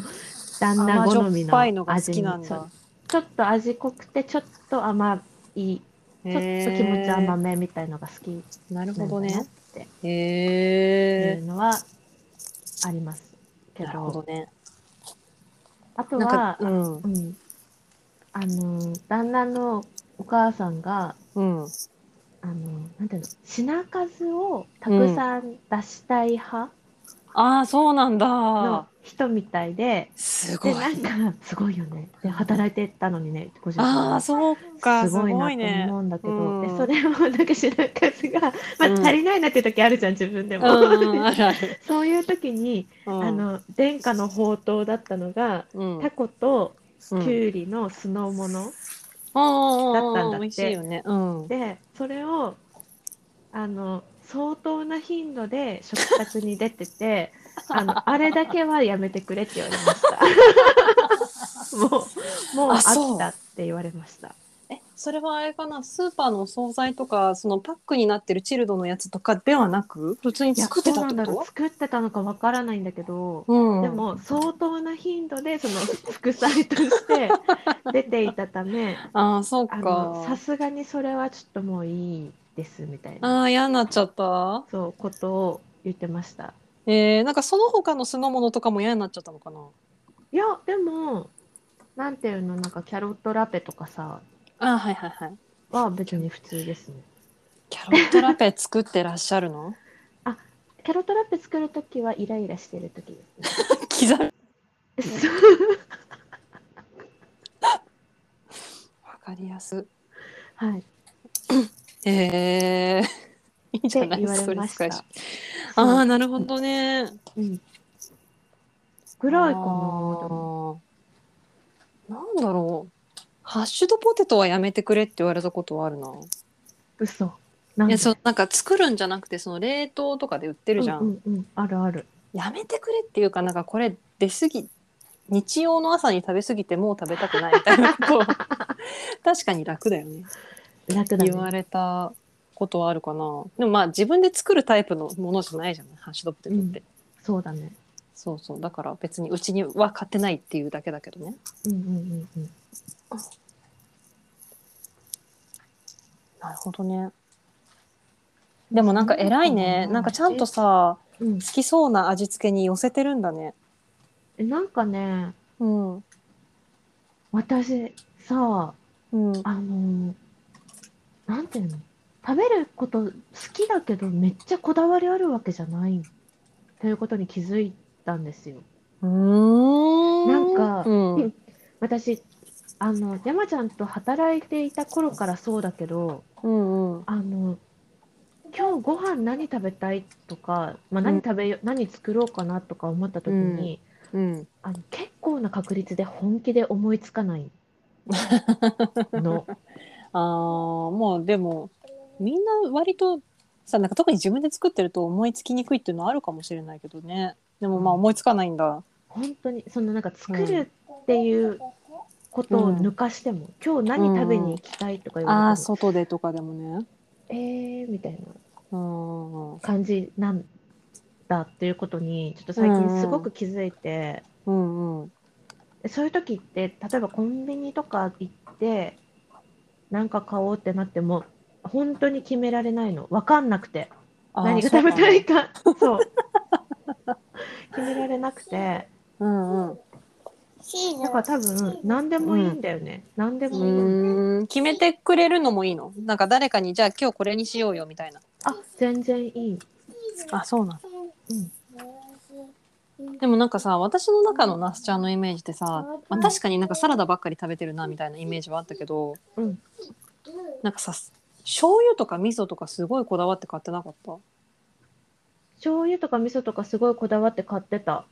Speaker 2: 旦那
Speaker 1: 甘じょっ
Speaker 2: 好みの
Speaker 1: ぱ
Speaker 2: 味
Speaker 1: い
Speaker 2: に
Speaker 1: のが好きなんだ
Speaker 2: そうちょっと味濃くてちょっと甘いちょっと気持ち甘めみたいのが好き
Speaker 1: なる
Speaker 2: な
Speaker 1: ほ
Speaker 2: んだ
Speaker 1: どね
Speaker 2: なっ。
Speaker 1: へ
Speaker 2: てい
Speaker 1: え
Speaker 2: う。のはありますけ
Speaker 1: なるほど
Speaker 2: ど
Speaker 1: ね。
Speaker 2: あと
Speaker 1: なんか
Speaker 2: は、
Speaker 1: うん
Speaker 2: うん、あの旦那のお母さんが
Speaker 1: うん
Speaker 2: あの、なんていうの、品数をたくさん出したい派
Speaker 1: ああそうなん
Speaker 2: の
Speaker 1: だ。
Speaker 2: 人みたいで、
Speaker 1: すご
Speaker 2: で、
Speaker 1: い。
Speaker 2: なんか、すごいよね。で、働いてたのにね、ご主人
Speaker 1: あ
Speaker 2: は
Speaker 1: あ、そうか、
Speaker 2: す
Speaker 1: す
Speaker 2: ごいな
Speaker 1: ご
Speaker 2: と
Speaker 1: いね。
Speaker 2: 思うんだけ
Speaker 1: う
Speaker 2: ど、
Speaker 1: ん
Speaker 2: で、それを、なんか品数が、まあ、
Speaker 1: うん
Speaker 2: 足りないなっていう時あるじゃん、自分で
Speaker 1: う
Speaker 2: も。
Speaker 1: ん、あるある。
Speaker 2: <laughs> そういう時に、
Speaker 1: うん
Speaker 2: あ、の、殿下の宝刀だったのが、
Speaker 1: うん、
Speaker 2: タコとき
Speaker 1: うん
Speaker 2: ゅうりの酢の物
Speaker 1: だ
Speaker 2: だったんだって
Speaker 1: 美味しいよね。うん。
Speaker 2: で、それを、あの、相当な頻度で食卓に出て
Speaker 1: <laughs>
Speaker 2: て、あの、あれだけはやめてくれって言われ
Speaker 1: <laughs>
Speaker 2: ました。もう、もう
Speaker 1: あ
Speaker 2: 飽
Speaker 1: そう
Speaker 2: きたって言われました。
Speaker 1: え、それはあれかな、スーパーのお惣菜とか、そのパックになってるチルドのやつとかではなく、普通に
Speaker 2: いや
Speaker 1: 作ってた
Speaker 2: どう
Speaker 1: って
Speaker 2: なんだろ
Speaker 1: こ
Speaker 2: う作ってたのかわからないんだけど、
Speaker 1: とうん。
Speaker 2: で、も相当な頻度でその副菜と
Speaker 1: <laughs>
Speaker 2: して出ていたため
Speaker 1: ああ、そう
Speaker 2: あのさ
Speaker 1: か。
Speaker 2: すがにそれはちょっともういいですみたいな
Speaker 1: ああ、嫌になっちゃった。
Speaker 2: そうことを言ってました
Speaker 1: えー、なんかその他の酢の物とかも嫌になっちゃったのかな。
Speaker 2: いやでもなんていうのなんかキャロットラペとかさ
Speaker 1: ああ、はいはいはい。
Speaker 2: は別に普通ですね
Speaker 1: キャロットラペ作ってらっしゃる <laughs> の
Speaker 2: <laughs> キャロットラペ作るときはイライラしてるときで
Speaker 1: 刻む。
Speaker 2: すね
Speaker 1: わかりやす。
Speaker 2: <laughs> <laughs> はいっ
Speaker 1: えー、 <laughs> いいんじゃ
Speaker 2: て
Speaker 1: ない
Speaker 2: 言われま
Speaker 1: ス
Speaker 2: し
Speaker 1: トレス解
Speaker 2: た
Speaker 1: 消あ
Speaker 2: そ
Speaker 1: あ、
Speaker 2: う
Speaker 1: なるほどね。
Speaker 2: うんぐらいかな
Speaker 1: あ
Speaker 2: でも
Speaker 1: ーなんだろう。ハッシュドポテトはやめてくれって言われたことはあるな。
Speaker 2: 嘘な
Speaker 1: い
Speaker 2: んで
Speaker 1: や、そう、なんか作るんじゃなくて、その冷凍とかで売ってるじゃん。
Speaker 2: うんうんうん、あるある
Speaker 1: やめてくれっていうか、なんかこれ出過ぎ、日曜の朝に食べ過ぎてもう食べたくないみたいなことを <laughs> 確かに楽だよね。
Speaker 2: 楽だね
Speaker 1: 言われたことはあるかな。でもまあ自分で作るタイプのものじゃないじゃない、ハッシュドポテトって。
Speaker 2: そうだね
Speaker 1: そうそう。だから別にうちには買ってないっていうだけだけどね。
Speaker 2: うんうんうんうん
Speaker 1: なるほどね。でもなんか偉いね。
Speaker 2: そう
Speaker 1: な
Speaker 2: なんだ
Speaker 1: んかちゃんとさ、
Speaker 2: うん
Speaker 1: 好、きそうな味付けに寄せてるんだね。
Speaker 2: えなんかね
Speaker 1: うん。うん。
Speaker 2: 私さあのなんていうの食べること好きだけどめっちゃこだわりあるわけじゃないということに気づいたんですよ。
Speaker 1: うん
Speaker 2: なんか
Speaker 1: うん。
Speaker 2: 私あの山ちゃんと働いていた頃からそうだけど
Speaker 1: うんうん。
Speaker 2: あの今日ご飯何食べたいとか、まあ、何食べよ、何作ろうかなとか思った時に、
Speaker 1: うん。
Speaker 2: あの結構な確率で本気で思いつかないの。
Speaker 1: <laughs> ああ、もうでも、みんな割とさ、なんか特に自分で作ってると思いつきにくいっていうのはあるかもしれないけどね。でもまあ思いつかないんだ。
Speaker 2: 本当にそのなんか作るっていうことを抜かしても、今日何食べに行きたいとか言
Speaker 1: ああ、
Speaker 2: われても、
Speaker 1: 外でとかでもね。
Speaker 2: えーみたいな
Speaker 1: うん。う
Speaker 2: 感じなんだっていうことにちょっと最近すごく気づいて、
Speaker 1: んうん。
Speaker 2: でそういう時って例えばコンビニとか行ってなんか買おうってなっても本当に決められないの分かんなくて
Speaker 1: あー
Speaker 2: 何が食べたい。かそう決められなくて
Speaker 1: そうなんだうんうん。
Speaker 2: だから多分何でもいいんだよね、何でもいいの
Speaker 1: うーん決めてくれるのもいいのなんか誰かにじゃあ今日これにしようよみたいな
Speaker 2: あ全然いい
Speaker 1: あそうなん
Speaker 2: うん
Speaker 1: でもなんかさ私の中のなすちゃんのイメージってさ、まあ、確かになんかサラダばっかり食べてるなみたいなイメージはあったけど、
Speaker 2: うん
Speaker 1: なんかさ醤油とか味噌とかすごいこだわって買ってなかった
Speaker 2: 醤油とか味噌とかすごいこだわって買ってた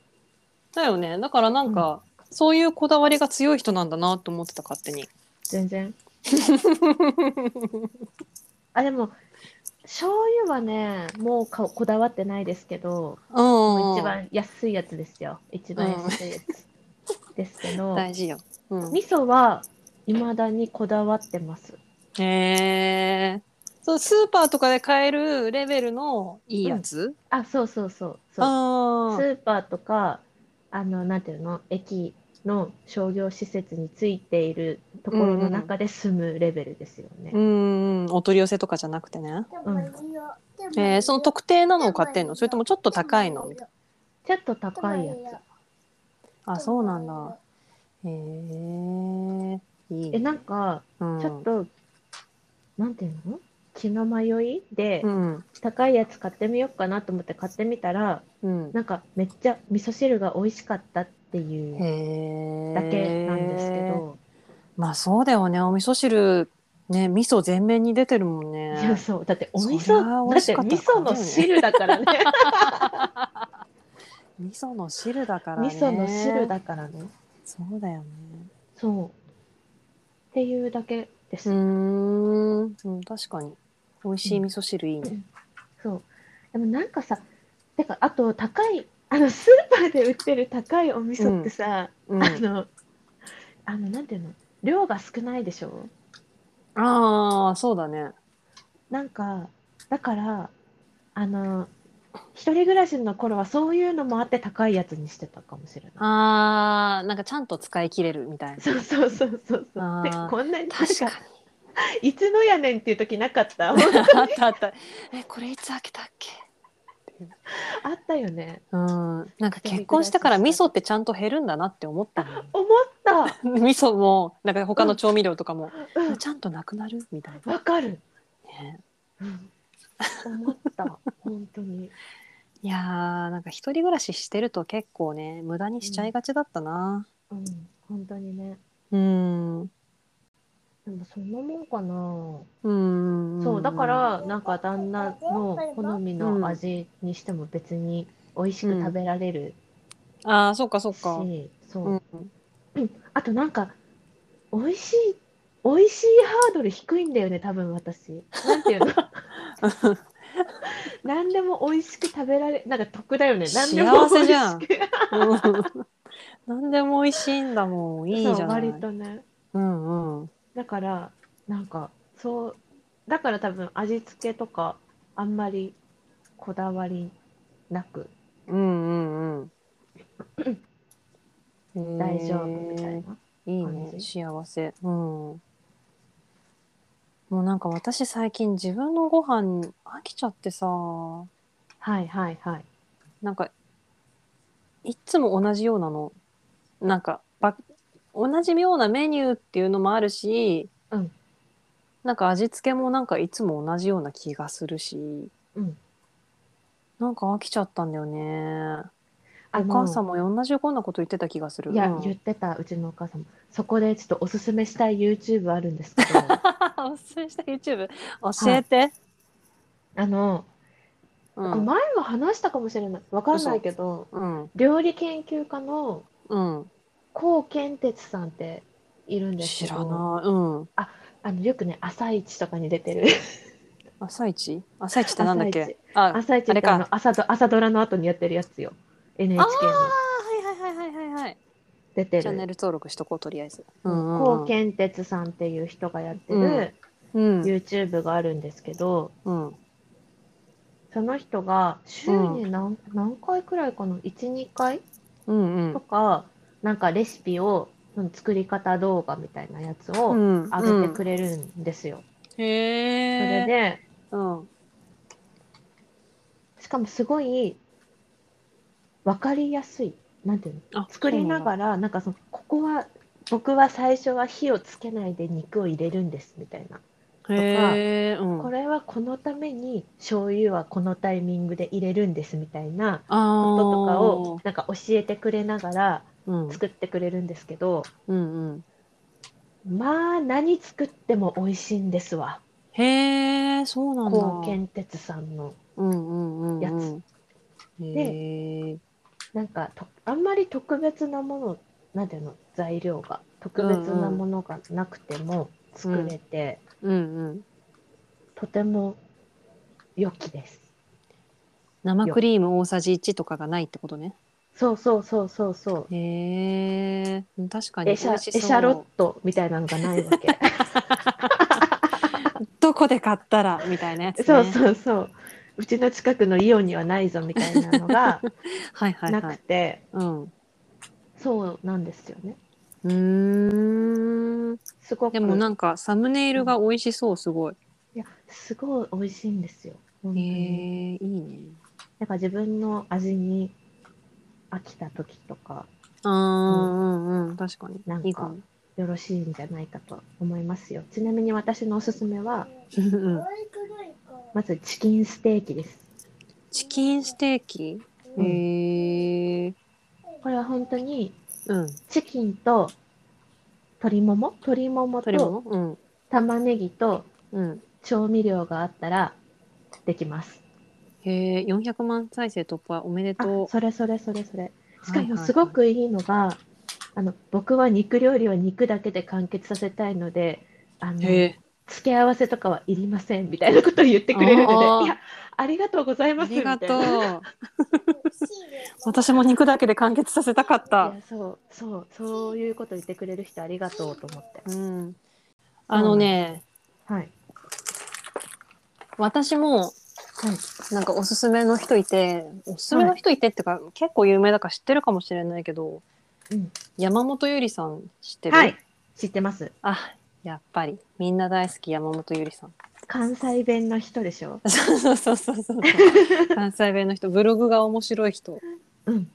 Speaker 1: だよねだからなんか、そういうこだわりが強い人なんだなと思ってた勝手に
Speaker 2: 全然あでも醤油はねもうかこだわってないですけど、
Speaker 1: うん
Speaker 2: 一番安いやつですよ一番安いやつですけ
Speaker 1: <laughs>
Speaker 2: ど、
Speaker 1: 大事よ、うん、
Speaker 2: 味噌は未だにこだわってます
Speaker 1: へえそのスーパーとかで買えるレベルのいいやつ、
Speaker 2: あそうそうそうそう
Speaker 1: あ
Speaker 2: スーパーとかあのなんていうの駅の商業施設についているところの中で住むレベルですよね、
Speaker 1: うんうんお取り寄せとかじゃなくてね、
Speaker 3: うん、
Speaker 1: え
Speaker 3: え
Speaker 1: ー
Speaker 3: ー、
Speaker 1: そ
Speaker 3: そ
Speaker 1: の
Speaker 3: の
Speaker 1: 特
Speaker 3: 特
Speaker 1: 定なの
Speaker 3: 定の
Speaker 1: を
Speaker 3: を
Speaker 1: 買
Speaker 3: 買
Speaker 1: っ
Speaker 3: ってて
Speaker 1: ん
Speaker 3: ん
Speaker 1: の
Speaker 3: の
Speaker 1: そ
Speaker 3: そ
Speaker 1: れ
Speaker 3: れ
Speaker 1: と
Speaker 3: と
Speaker 1: も
Speaker 3: も
Speaker 1: ち
Speaker 3: ち
Speaker 1: ょ
Speaker 3: ょ
Speaker 1: っ
Speaker 3: っ
Speaker 1: と
Speaker 3: と
Speaker 1: 高
Speaker 3: 高
Speaker 1: い
Speaker 3: い
Speaker 1: の
Speaker 3: の
Speaker 1: み
Speaker 3: み
Speaker 1: た
Speaker 3: た
Speaker 1: い
Speaker 2: ち
Speaker 3: い
Speaker 2: ょっと
Speaker 3: な
Speaker 2: 高
Speaker 3: 高
Speaker 2: い
Speaker 3: い
Speaker 2: や
Speaker 3: や
Speaker 2: つ
Speaker 1: なあそうなんだへえー、いい
Speaker 2: え
Speaker 1: ね
Speaker 2: なんか
Speaker 1: うん
Speaker 2: ちょっと、なんていうの気の迷いで、
Speaker 1: うん。
Speaker 2: 高いやつ買ってみようかなと思って買ってみたら、
Speaker 1: うん。
Speaker 2: なんかめっちゃ味噌汁が美味しかったっていう
Speaker 1: へえ。
Speaker 2: だけなんですけ。ど、
Speaker 1: まあそうだよね。お味噌汁、ね、味噌全面に出てるもんね。
Speaker 2: いやそうだってお味
Speaker 1: そりゃ美
Speaker 2: 噌
Speaker 1: 味
Speaker 2: だっ
Speaker 1: してかった
Speaker 2: 味
Speaker 1: か
Speaker 2: 噌
Speaker 1: らね
Speaker 2: の汁だか
Speaker 1: <laughs>
Speaker 2: らね
Speaker 1: 味噌の汁だからね。
Speaker 2: 味噌の汁。だからね
Speaker 1: そうだよね。
Speaker 2: そうっていうだけです、
Speaker 1: うーん。うん、確かに。美味しい味噌汁いいね。
Speaker 2: そうでもなんかさてかあと高いあのスーパーで売ってる高いお味噌ってさ、
Speaker 1: うん。
Speaker 2: あのあのなんていうの量が少ないでしょ
Speaker 1: ああ、そうだね。
Speaker 2: なんかだからあの一人暮らしの頃はそういうのもあって高いやつにしてたかもしれない。
Speaker 1: ああ、なんかちゃんと使い切れるみたいな。
Speaker 2: そうそうそうそうそう。で
Speaker 1: あー
Speaker 2: こんなに
Speaker 1: 確か
Speaker 2: なんいつのやねんっていう時な
Speaker 1: <laughs>
Speaker 2: かった。あ
Speaker 1: に。あったあった。 <laughs> え、これいつ開けたっけ
Speaker 2: ったよね。
Speaker 1: うん。なんか結婚してから味噌ってちゃんと減るんだなって思ったもん。
Speaker 2: 思った。
Speaker 1: <laughs> 味噌も、なんか他の調味料とかも、
Speaker 2: う
Speaker 1: ちゃんとなくなるみたい
Speaker 2: ん、
Speaker 1: な。
Speaker 2: わかる。
Speaker 1: ね、
Speaker 2: うん、思った。本当に。
Speaker 1: いやー、なんか一人暮らししてると結構ね、無駄にしちゃいがちだったな。
Speaker 2: うん、本当にね。
Speaker 1: うん。う
Speaker 2: でもそんなもんかな。
Speaker 1: ん。
Speaker 2: そうだか、らなんか旦那の好み
Speaker 1: うん
Speaker 2: の味にしても別に美味しく食べられる
Speaker 1: ああ、そうか、そう
Speaker 2: し、
Speaker 1: か。
Speaker 2: そう。
Speaker 1: うん。
Speaker 2: あとなんか、美味しい、美味しいハードル低いんだよね、多分私。なんていう
Speaker 1: <laughs>
Speaker 2: の何でも美味しく食べられ、なんか得だよね。何でも
Speaker 1: 幸せじゃん
Speaker 2: 美味しく。
Speaker 1: うん <laughs> 何でも美味しいんだもん。いいじ
Speaker 2: そ
Speaker 1: ゃ
Speaker 2: う、
Speaker 1: ない。
Speaker 2: 割とね。
Speaker 1: うんうん。
Speaker 2: だから、なんか、そう、だから多分味付けとか、あんまりこだわりなく
Speaker 1: うんうんうん。
Speaker 2: 大丈夫みたいな。
Speaker 1: えー。いい
Speaker 2: 感
Speaker 1: ね、
Speaker 2: じ
Speaker 1: 幸せ。うん。もうなんか私最近自分のご飯飽きちゃってさ、
Speaker 2: はいはいはい。
Speaker 1: なんか、いっつも同じようなの。なんか、ば同じようなメニューっていうのもあるし、
Speaker 2: うん
Speaker 1: なんか味付けもなんかいつも同じような気がするし、
Speaker 2: うん
Speaker 1: なんか飽きちゃったんだよね。
Speaker 2: あ
Speaker 1: お
Speaker 2: の
Speaker 1: 母さんも同じようなこと言ってた気がする。
Speaker 2: いや、
Speaker 1: うん
Speaker 2: 言ってた、うちのお母さんも。そこでちょっとおすすめしたい YouTube あるんで
Speaker 1: <laughs>
Speaker 2: すけど、
Speaker 1: おすすめした YouTube 教えて。
Speaker 2: あの、
Speaker 1: う
Speaker 2: これ
Speaker 1: ん
Speaker 2: 前も話したかもしれない。わかんないけど、
Speaker 1: うん
Speaker 2: 料理研究家の
Speaker 1: うん
Speaker 2: 高健哲さんっているんです
Speaker 1: 知
Speaker 2: けど、
Speaker 1: らない。うん。
Speaker 2: あのよくね、朝一とかに出てる。
Speaker 1: 朝一朝一ってなんだっ
Speaker 2: 朝一
Speaker 1: けあ、
Speaker 2: <laughs> 朝一
Speaker 1: あ
Speaker 2: っ
Speaker 1: れ
Speaker 2: て
Speaker 1: か
Speaker 2: あの朝ド朝ドラの後にやってるやつよ。NHK の
Speaker 1: はいはいはいはいはいはい。
Speaker 2: 出て
Speaker 1: チャンネ
Speaker 2: る。
Speaker 1: ル登録しとこう、とりあえず。うんうん
Speaker 2: 高健哲さんっていう人がやってる
Speaker 1: うん。
Speaker 2: YouTube があるんですけど、
Speaker 1: うん。
Speaker 2: その人が週に何,、何回くらいかな ?1、2回
Speaker 1: うん
Speaker 2: とか、なんかレシピを、その作り方動画みたいなやつ
Speaker 1: う
Speaker 2: を
Speaker 1: ん。
Speaker 2: 上げてく
Speaker 1: れ。
Speaker 2: れるんですよ。そ
Speaker 1: へ
Speaker 2: れ
Speaker 1: え。
Speaker 2: で、
Speaker 1: うん。
Speaker 2: しかもすごい分かりやすい。なんていうの
Speaker 1: あ、
Speaker 2: 作りながら、なんかその、ここは、僕は最初は火をつけないで肉を入れるんですみたいな。
Speaker 1: らへえ。うん。
Speaker 2: こ
Speaker 1: あ
Speaker 2: れはこのために醤油はこのタイミングで入れるんですみたいなこ
Speaker 1: あー。
Speaker 2: ととかをなんか教えてくれながら
Speaker 1: うん
Speaker 2: 作ってくれるんですけど、
Speaker 1: うんうん。
Speaker 2: まあ何作っても美味しいんですわ。
Speaker 1: へえ、そうなんだ。
Speaker 2: 高健哲さんの
Speaker 1: うんうんうんうん。
Speaker 2: やつ
Speaker 1: へえ。
Speaker 2: なんかとあんまり特別なものなんていうの材料が特別なものがなくても作れて、
Speaker 1: うんうん。
Speaker 2: とても良きです
Speaker 1: 生クリーム大さじ1とかがないってことね。
Speaker 2: そうそうそうそうそう
Speaker 1: へえ、確かに
Speaker 2: エシャ
Speaker 1: 美味しそう
Speaker 2: エシャロットみたいなのがないわ
Speaker 1: <laughs>
Speaker 2: け
Speaker 1: どこで買ったらみたいなやつね。
Speaker 2: そうそうそううちの近くのイオンにはないぞみたいなのが
Speaker 1: はいはい
Speaker 2: な
Speaker 1: は
Speaker 2: く
Speaker 1: い。
Speaker 2: て、
Speaker 1: うん。う
Speaker 2: そうなんですよね
Speaker 1: ーん。
Speaker 2: すごく
Speaker 1: でもなんかサムネイルが美味しそうすごい。
Speaker 2: いやすごい美味しいんですよ本当
Speaker 1: へえい
Speaker 2: に、
Speaker 1: いね。
Speaker 2: なんか自分の味に飽きた時とか
Speaker 1: ああ、うんうん確かに
Speaker 2: なん。か
Speaker 1: いいかも。
Speaker 2: よろしいんじゃないかと思いますよ。ちなみに私のおすすめは、
Speaker 1: うん
Speaker 2: まずチキンステーキです。
Speaker 1: チキンステーキ
Speaker 2: う
Speaker 1: へ
Speaker 2: ん
Speaker 1: え
Speaker 2: これは本当に
Speaker 1: うん
Speaker 2: チキンと鶏もも鶏もも
Speaker 1: 鶏
Speaker 2: と
Speaker 1: もも
Speaker 2: 玉ねぎと
Speaker 1: うんうん
Speaker 2: 調味料があったらできます。
Speaker 1: へえ400万再生突破おめで
Speaker 2: あ
Speaker 1: とう
Speaker 2: それそれそれそれ。しか
Speaker 1: はいはい
Speaker 2: も
Speaker 1: はい
Speaker 2: すごくいいのが、あの僕は肉料理は肉だけで完結させたいのであの
Speaker 1: へ
Speaker 2: 付
Speaker 1: え
Speaker 2: け合わせとかはいりませんみたいなことを言ってくれる
Speaker 1: あ
Speaker 2: の
Speaker 1: ー
Speaker 2: でいやありがとうござい
Speaker 1: あ
Speaker 2: ますみ
Speaker 1: り
Speaker 2: たい
Speaker 1: が
Speaker 2: な。
Speaker 1: と
Speaker 2: いう
Speaker 1: 私も肉だけで完結させたかった
Speaker 2: やそうそうそういうこと言ってくれる人ありがとうと思って。
Speaker 1: うんあのね
Speaker 2: はい、
Speaker 1: 私も
Speaker 2: はい
Speaker 1: なんかおすすめの人いておすすめの人いてってか、結構有名だから知ってるかもしれないけど、
Speaker 2: うん
Speaker 1: 山本ゆりさん知ってる、
Speaker 2: はい、知ってます。
Speaker 1: あやっぱりみんな大好き山本ゆり <laughs> さん
Speaker 2: 関西弁の人でしょ。
Speaker 1: そうそうそうそうそう関西弁の人ブログが面白い人
Speaker 2: うん。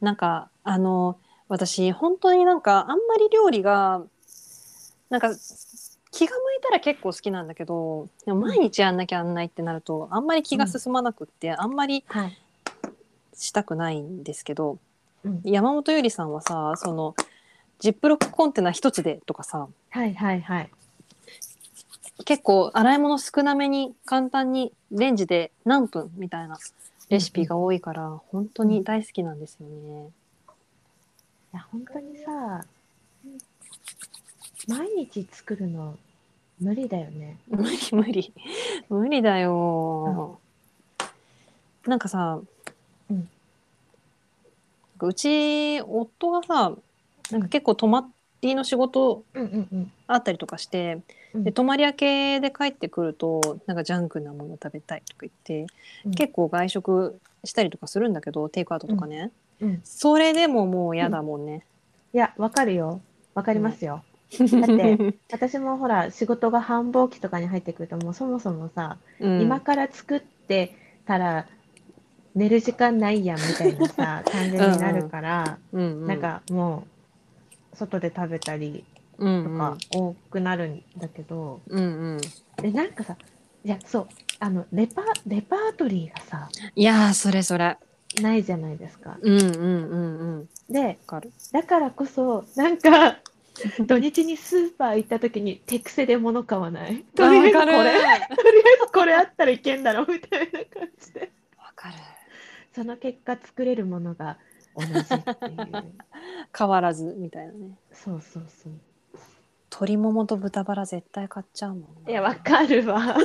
Speaker 1: なんかあの私本当になんかあんまり料理がなんか気が向いたら結構好きなんだけどでも毎日やんなきゃあんないってなるとあんまり気が進まなくって、あんまり
Speaker 2: はい。
Speaker 1: したくないんですけど、
Speaker 2: うん
Speaker 1: 山本ゆりさんはさそのジップロックコンテナ一つでとかさ
Speaker 2: はいはいはい。
Speaker 1: 結構洗い物少なめに簡単にレンジで何分みたいなレシピが多いから本当に大好きなんですよね。
Speaker 2: いや本当にさ、毎日作るの無理だよね。
Speaker 1: 無理無理無理だよ、なんかさ、
Speaker 2: うん
Speaker 1: なんかうち夫がさなんか結構泊まりの仕事
Speaker 2: うんうんうん。
Speaker 1: あったりとかして、
Speaker 2: うん
Speaker 1: で泊まり明けで帰ってくるとなんかジャンクなもの食べたいとか言って、
Speaker 2: うん
Speaker 1: 結構外食したりとかするんだけどテイクアウトとかね、
Speaker 2: うんうん
Speaker 1: それでももう嫌だもんね。
Speaker 2: いやわかるよ。わかりますよ。
Speaker 1: <laughs>
Speaker 2: だって
Speaker 1: う
Speaker 2: 私もほら仕事が繁忙期とかに入ってくるともうそもそもさ、
Speaker 1: ん
Speaker 2: 今から作ってたら寝る時間ないやんみたいな
Speaker 1: <laughs>
Speaker 2: さ感じになるから、
Speaker 1: うんうん
Speaker 2: なんかもう外で食べたり
Speaker 1: うん
Speaker 2: と
Speaker 1: うん
Speaker 2: か多くなるんだけど。
Speaker 1: うんうん
Speaker 2: でなんかさいやそうあのレパレパートリーがさ
Speaker 1: いやーそれそれ。
Speaker 2: ないじゃないですか
Speaker 1: うんうんうんうん。わ
Speaker 2: で
Speaker 1: かる。
Speaker 2: だからこそなん
Speaker 1: <laughs>
Speaker 2: か土日にスーパー行った時に手癖で物買わ
Speaker 1: <laughs>
Speaker 2: ない <laughs> とりあえずこれとりあ
Speaker 1: わ
Speaker 2: えずこれあったらいけんだろみたいな感じで
Speaker 1: かる。
Speaker 2: その結果作れるものが同じっていう <laughs>
Speaker 1: 変わらずみたいなね。
Speaker 2: そうそうそう
Speaker 1: 鶏ももと豚バラ絶対買っちゃうもん。
Speaker 2: いやわかるわ
Speaker 1: な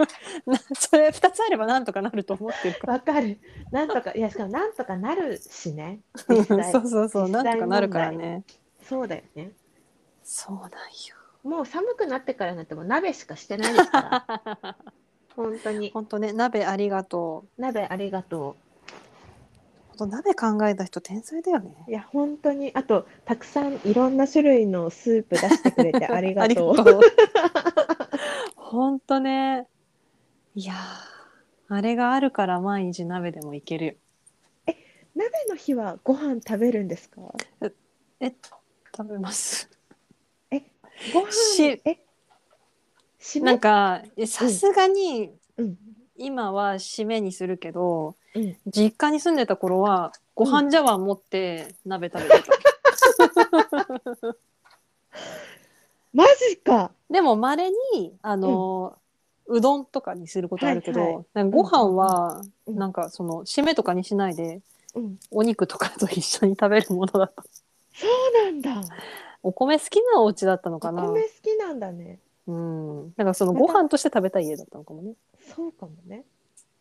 Speaker 1: <laughs> それ二つあればなんとかなると思ってる <laughs> か
Speaker 2: <laughs> わかるなんとかいやしかもなんとかなるしね
Speaker 1: ら。
Speaker 2: 実際
Speaker 1: そうそうそう。
Speaker 2: 実際問
Speaker 1: なん
Speaker 2: 題
Speaker 1: とかなるからね。
Speaker 2: そうだよね
Speaker 1: そうなんよ。
Speaker 2: もう寒くなってからになってもう鍋しかしてないです <laughs> から、本当に。
Speaker 1: <laughs> 本当ね鍋ありがと
Speaker 2: 鍋ありがと
Speaker 1: う。ほんと鍋考えた人天才だよね。
Speaker 2: う。いや、本当に。あと、たくさんいろんな種類のスープ出してくれて <laughs> あり
Speaker 1: あ
Speaker 2: が
Speaker 1: りが
Speaker 2: とう。
Speaker 1: とう。 <laughs> 本当ね。いやーあれがあるから毎日鍋でもいけるよ。
Speaker 2: 鍋の日はご飯食べるんですか
Speaker 1: え食べます。
Speaker 2: ご飯
Speaker 1: し
Speaker 2: え締め
Speaker 1: なんかえさすがに
Speaker 2: うん。
Speaker 1: 今は締めにするけど、
Speaker 2: うん
Speaker 1: 実家に住んでた頃はご飯茶碗持って鍋食べてた、
Speaker 2: マジか
Speaker 1: でもまれにあの、うどんとかにすることあるけど、
Speaker 2: はいは
Speaker 1: なんかご飯は
Speaker 2: うん
Speaker 1: なんかその締めとかにしないで
Speaker 2: うん。
Speaker 1: お肉とかと一緒に食べるものだった
Speaker 2: そうなんだ。
Speaker 1: お米好きなお家だったの
Speaker 2: お
Speaker 1: かな
Speaker 2: 米好きなんだね。
Speaker 1: うんなんかそのご飯として食べたい家だったのかもね
Speaker 2: そうかもね。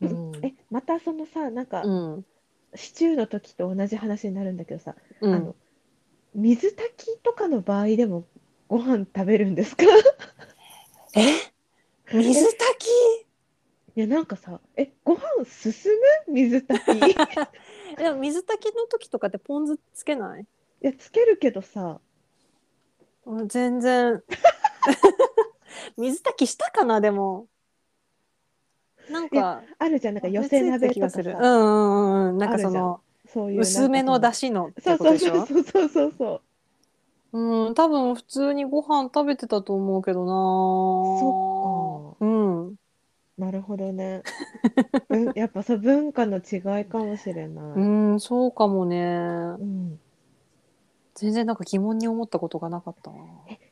Speaker 1: うん
Speaker 2: え、またそのさ、なんか、
Speaker 1: うん
Speaker 2: シチューの時と同じ話になるんだけどさ、
Speaker 1: う
Speaker 2: あ
Speaker 1: ん
Speaker 2: の水炊きとかの場合でもご飯食べるんですか
Speaker 1: 水炊き
Speaker 2: いやなんかさえご飯進む水
Speaker 1: <laughs>
Speaker 2: 炊きい
Speaker 1: でも水炊きの時とかってポン酢つけない
Speaker 2: やつけるけどさ
Speaker 1: うん全
Speaker 2: <laughs>
Speaker 1: 然水炊きしたかなでもなん
Speaker 2: い
Speaker 1: か
Speaker 2: あるじゃんなんか寄
Speaker 1: つい
Speaker 2: せ
Speaker 1: て
Speaker 2: 鍋
Speaker 1: た
Speaker 2: と
Speaker 1: 気
Speaker 2: か
Speaker 1: が
Speaker 2: さ
Speaker 1: するうんうんうんなん
Speaker 2: あ
Speaker 1: か
Speaker 2: るじゃ
Speaker 1: そ
Speaker 2: ん
Speaker 1: の
Speaker 2: そういうなんかその
Speaker 1: 薄めのだしのって
Speaker 2: そう
Speaker 1: こと
Speaker 2: そう
Speaker 1: でし
Speaker 2: そ
Speaker 1: ょ
Speaker 2: うそうそうそうそう
Speaker 1: うん、多分普通にご飯食べてたと思うけどな
Speaker 2: そっ
Speaker 1: か。うん。
Speaker 2: なるほど
Speaker 1: <laughs>
Speaker 2: ね。うんやっぱそう文化の違いかもしれな
Speaker 1: う
Speaker 2: い。
Speaker 1: ん、そうかもね。
Speaker 2: うん、
Speaker 1: 全然なんか疑問に思ったことがなかったな。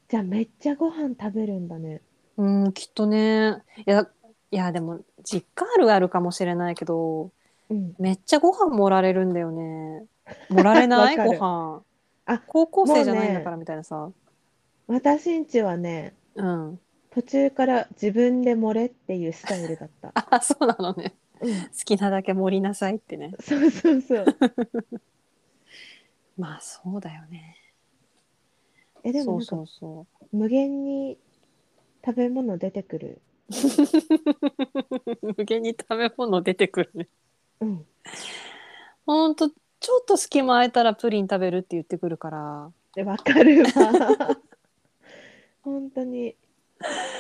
Speaker 2: じゃあめっちゃご飯食べるんだね。
Speaker 1: うん、きっとね。いや、いや、でも、実家あるあるかもしれないけど、
Speaker 2: うん、
Speaker 1: めっちゃご飯盛られるんだよ
Speaker 2: <laughs>
Speaker 1: ね。盛られない
Speaker 2: わか
Speaker 1: ご
Speaker 2: る
Speaker 1: 飯。
Speaker 2: あ
Speaker 1: 高校
Speaker 2: もうね
Speaker 1: 生じゃないんだからみたいなさ。
Speaker 2: 私んちはね
Speaker 1: うん。
Speaker 2: 途中から自分で盛れっていうスタイルだ <laughs> った。
Speaker 1: あ、そうなのね。
Speaker 2: うん、
Speaker 1: 好きなだけ盛りなさいってね。
Speaker 2: そうそうそう。
Speaker 1: まあ、そうだよね。
Speaker 2: えでも
Speaker 1: そ
Speaker 2: な
Speaker 1: うん
Speaker 2: か
Speaker 1: そうそ
Speaker 2: 無限に食べ物出てくる。
Speaker 1: う。 <laughs> 無限に食べ物出てくるね。
Speaker 2: うん、
Speaker 1: ほんと、ちょっと隙間空いたらプリン食べるって言ってくるから。 <laughs>
Speaker 2: でわかるわ。 <laughs> 本当 <laughs> に。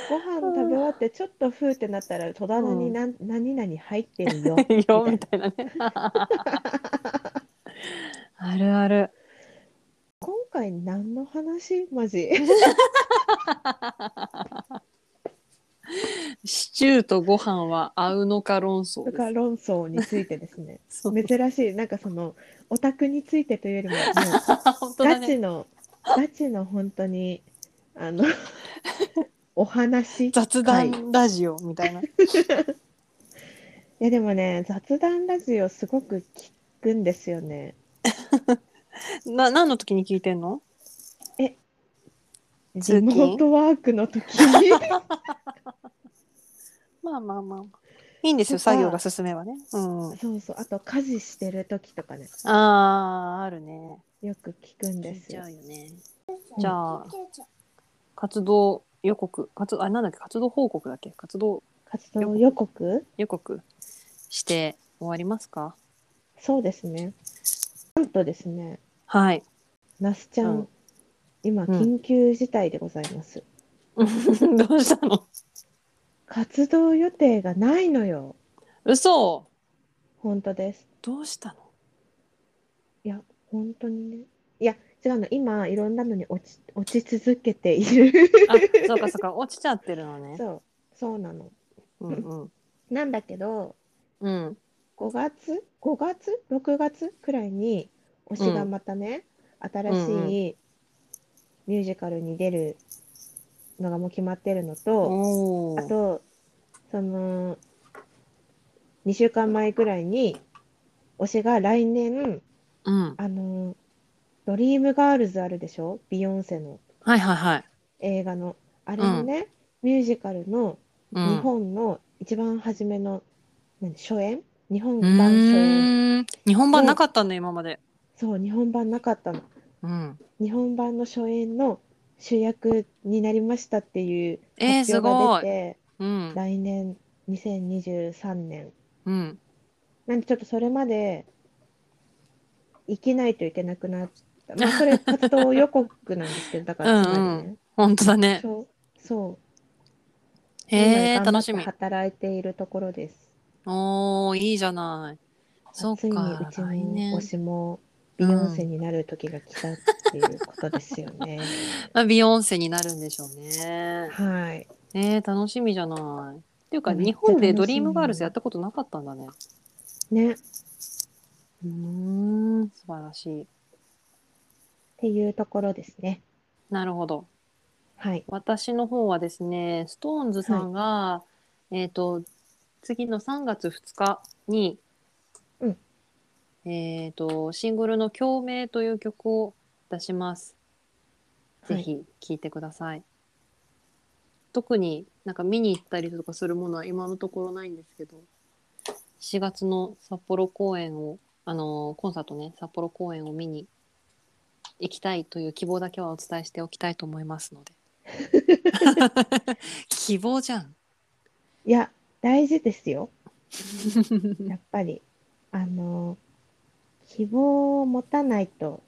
Speaker 2: ご飯食べ終わってちょっとふーってなったら戸棚に何,、何々入ってる <laughs> よ
Speaker 1: いいよ、みたいな
Speaker 2: <laughs>
Speaker 1: ね。あるある。
Speaker 2: 今回何の話マジ
Speaker 1: シチューとご飯は合うのか論争で
Speaker 2: と
Speaker 1: す
Speaker 2: か論争についてですね
Speaker 1: そう
Speaker 2: 珍しいなんかそのオタクについてというよりももう
Speaker 1: 本当だ
Speaker 2: ガ
Speaker 1: ね
Speaker 2: チのガチの本当に
Speaker 1: <laughs>
Speaker 2: あのお話い
Speaker 1: 雑談ラジオみたいな、
Speaker 2: やでもね雑談ラジオすごく聞くんですよね
Speaker 1: <laughs> な何の時に聞いてんの
Speaker 2: リモ
Speaker 1: 通勤
Speaker 2: ートワーク
Speaker 1: <laughs>
Speaker 2: の時に
Speaker 1: まあまあまあいいんですよ
Speaker 2: とか
Speaker 1: 作業が進めばね、うん、あ
Speaker 2: そうそうあと家事してる時とかね
Speaker 1: あーあるね
Speaker 2: よく聞く
Speaker 1: 聞
Speaker 2: んで
Speaker 1: い
Speaker 2: す
Speaker 1: ち
Speaker 2: よ
Speaker 1: ゃうよねじゃあ活動予告活動あなんだっけ活動報告だっけ活動
Speaker 2: 活動予告
Speaker 1: 予告して終わりますか
Speaker 2: そうですねなんとですね
Speaker 1: はい <laughs>
Speaker 2: ナスちゃん、
Speaker 1: うん
Speaker 2: 今
Speaker 1: うん
Speaker 2: 緊急事態でございます、
Speaker 1: どうしたの
Speaker 2: 活動予定がないのよ
Speaker 1: 嘘
Speaker 2: 本当です
Speaker 1: どうしたの
Speaker 2: いや本当にねいや違うの今いろんなのに落ち落ち続けている
Speaker 1: あそうかそうか落ちちゃってるのね
Speaker 2: そうそうなの
Speaker 1: うんうん
Speaker 2: なんだけど
Speaker 1: うん
Speaker 2: 5月5月6月くらいに推しがまたね、新しいミュージカルに出るのがもう決まってるのと、
Speaker 1: おお
Speaker 2: あと、その、2週間前ぐらいに、推しが来年、
Speaker 1: うん
Speaker 2: あの、ドリームガールズあるでしょビヨンセの
Speaker 1: はいはいはい
Speaker 2: 映画の。あれのね、ミュージカルの
Speaker 1: うん
Speaker 2: 日本の一番初めの、何初演日本
Speaker 1: うーん
Speaker 2: 版初演。
Speaker 1: 日本版なかったんだ今まで
Speaker 2: そう、日本版なかったの。
Speaker 1: うん
Speaker 2: 日本版の初演の主役になりましたっていう
Speaker 1: えー
Speaker 2: 発表が出て、
Speaker 1: うん
Speaker 2: 来年2023年
Speaker 1: うん
Speaker 2: なんでちょっとそれまで生きないといけなくなった。まあ、それ活動予告なんですけど、だから
Speaker 1: うん
Speaker 2: つ
Speaker 1: うん
Speaker 2: まりね、
Speaker 1: 本当だね
Speaker 2: そう、そう、
Speaker 1: へえ
Speaker 2: 今頑張
Speaker 1: 楽
Speaker 2: っ
Speaker 1: してみ
Speaker 2: 働いているところです。
Speaker 1: おおいいじゃないそっ
Speaker 2: ついにう
Speaker 1: か
Speaker 2: ちの
Speaker 1: 来年
Speaker 2: 推しもビヨンセになる時が来たっていうことですよね。
Speaker 1: <laughs> まあビヨンセになるんでしょうね
Speaker 2: はい。
Speaker 1: えー、楽しみじゃないっていうか
Speaker 2: めっちゃ
Speaker 1: 日本でドリームガールズやったことなかったんだね
Speaker 2: ね。っ
Speaker 1: うーん素晴らしい
Speaker 2: ていうところですね。
Speaker 1: なるほど
Speaker 2: はい。
Speaker 1: 私の方はですね、ストーンズさんが、えっ、と、次の3月2日に、
Speaker 2: うん
Speaker 1: えっ、と、シングルの共鳴という曲を出します。ぜひ聴いてください。特になんか見に行ったりとかするものは今のところないんですけど、4月の札幌公演を、あのーコンサートね、札幌公演を見に行きたいという希望だけはお伝えしておきたいと思いますので。 <laughs> 希望じゃん。
Speaker 2: いや、大事ですよ。やっぱり。あの、希望を持たないと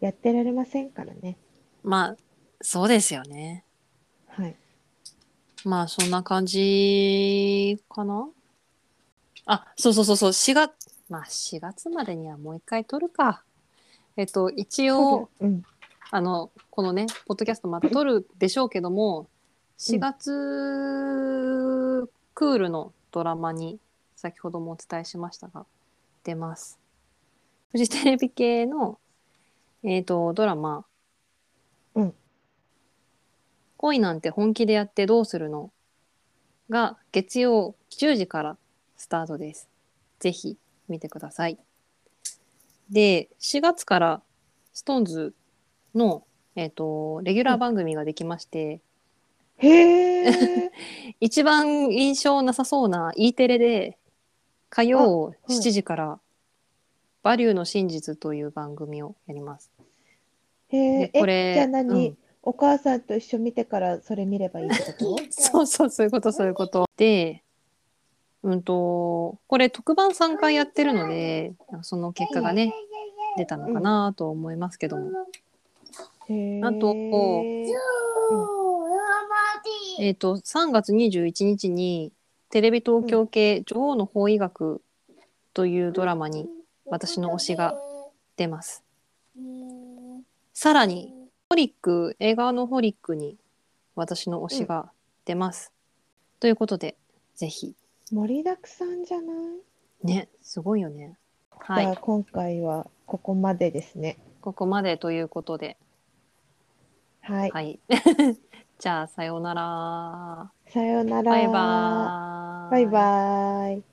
Speaker 2: やってられませんからね。
Speaker 1: まあ、そうですよね。 <laughs>
Speaker 2: はい。
Speaker 1: まあ、そんな感じかな。あ、そうそうそうそう、4月、まあ4月までにはもう一回撮るか。えっと、一
Speaker 2: そ
Speaker 1: 応
Speaker 2: う、だうん。
Speaker 1: あのこのねポッドキャストまた撮るでしょうけども4月クールのドラマに先ほどもお伝えしましたが出ますフジテレビ系の、えー、とドラマ、
Speaker 2: うん
Speaker 1: 恋なんて本気でやってどうするの?」が月曜10時からスタートです。ぜひ見てください。で4月からストーンズの、えー、とレギュラー番組ができまして、
Speaker 2: へ
Speaker 1: <laughs>
Speaker 2: え。
Speaker 1: 一番印象なさそうな E テレで火曜
Speaker 2: あはい
Speaker 1: 7時から「バリューの真実」という番組をやります。
Speaker 2: へ
Speaker 1: で
Speaker 2: え。
Speaker 1: これ
Speaker 2: えじゃあ何、
Speaker 1: うん
Speaker 2: お母さんと一緒見てからそれ見ればいいってこと
Speaker 1: そうそうそういうことそういうこと。で、うんとこれ特番3回やってるのでその結果がね出たのかなと思いますけども、 <laughs>
Speaker 2: へー
Speaker 1: あとえっ、と3月21日にテレビ東京系「女王の法医学」というドラマに私の推しが出ます。さらにホリック映画のホリックに私の推しが出ます。ということでぜひ
Speaker 2: 盛りだくさんじゃない、
Speaker 1: ねすごいよね。は
Speaker 2: じゃ
Speaker 1: い
Speaker 2: あ今回はここまでですね。
Speaker 1: ここまでということで
Speaker 2: はい。
Speaker 1: はい。 <laughs> じゃあさようなら。
Speaker 2: さようなら。
Speaker 1: バイバーイ。
Speaker 2: バイバーイ。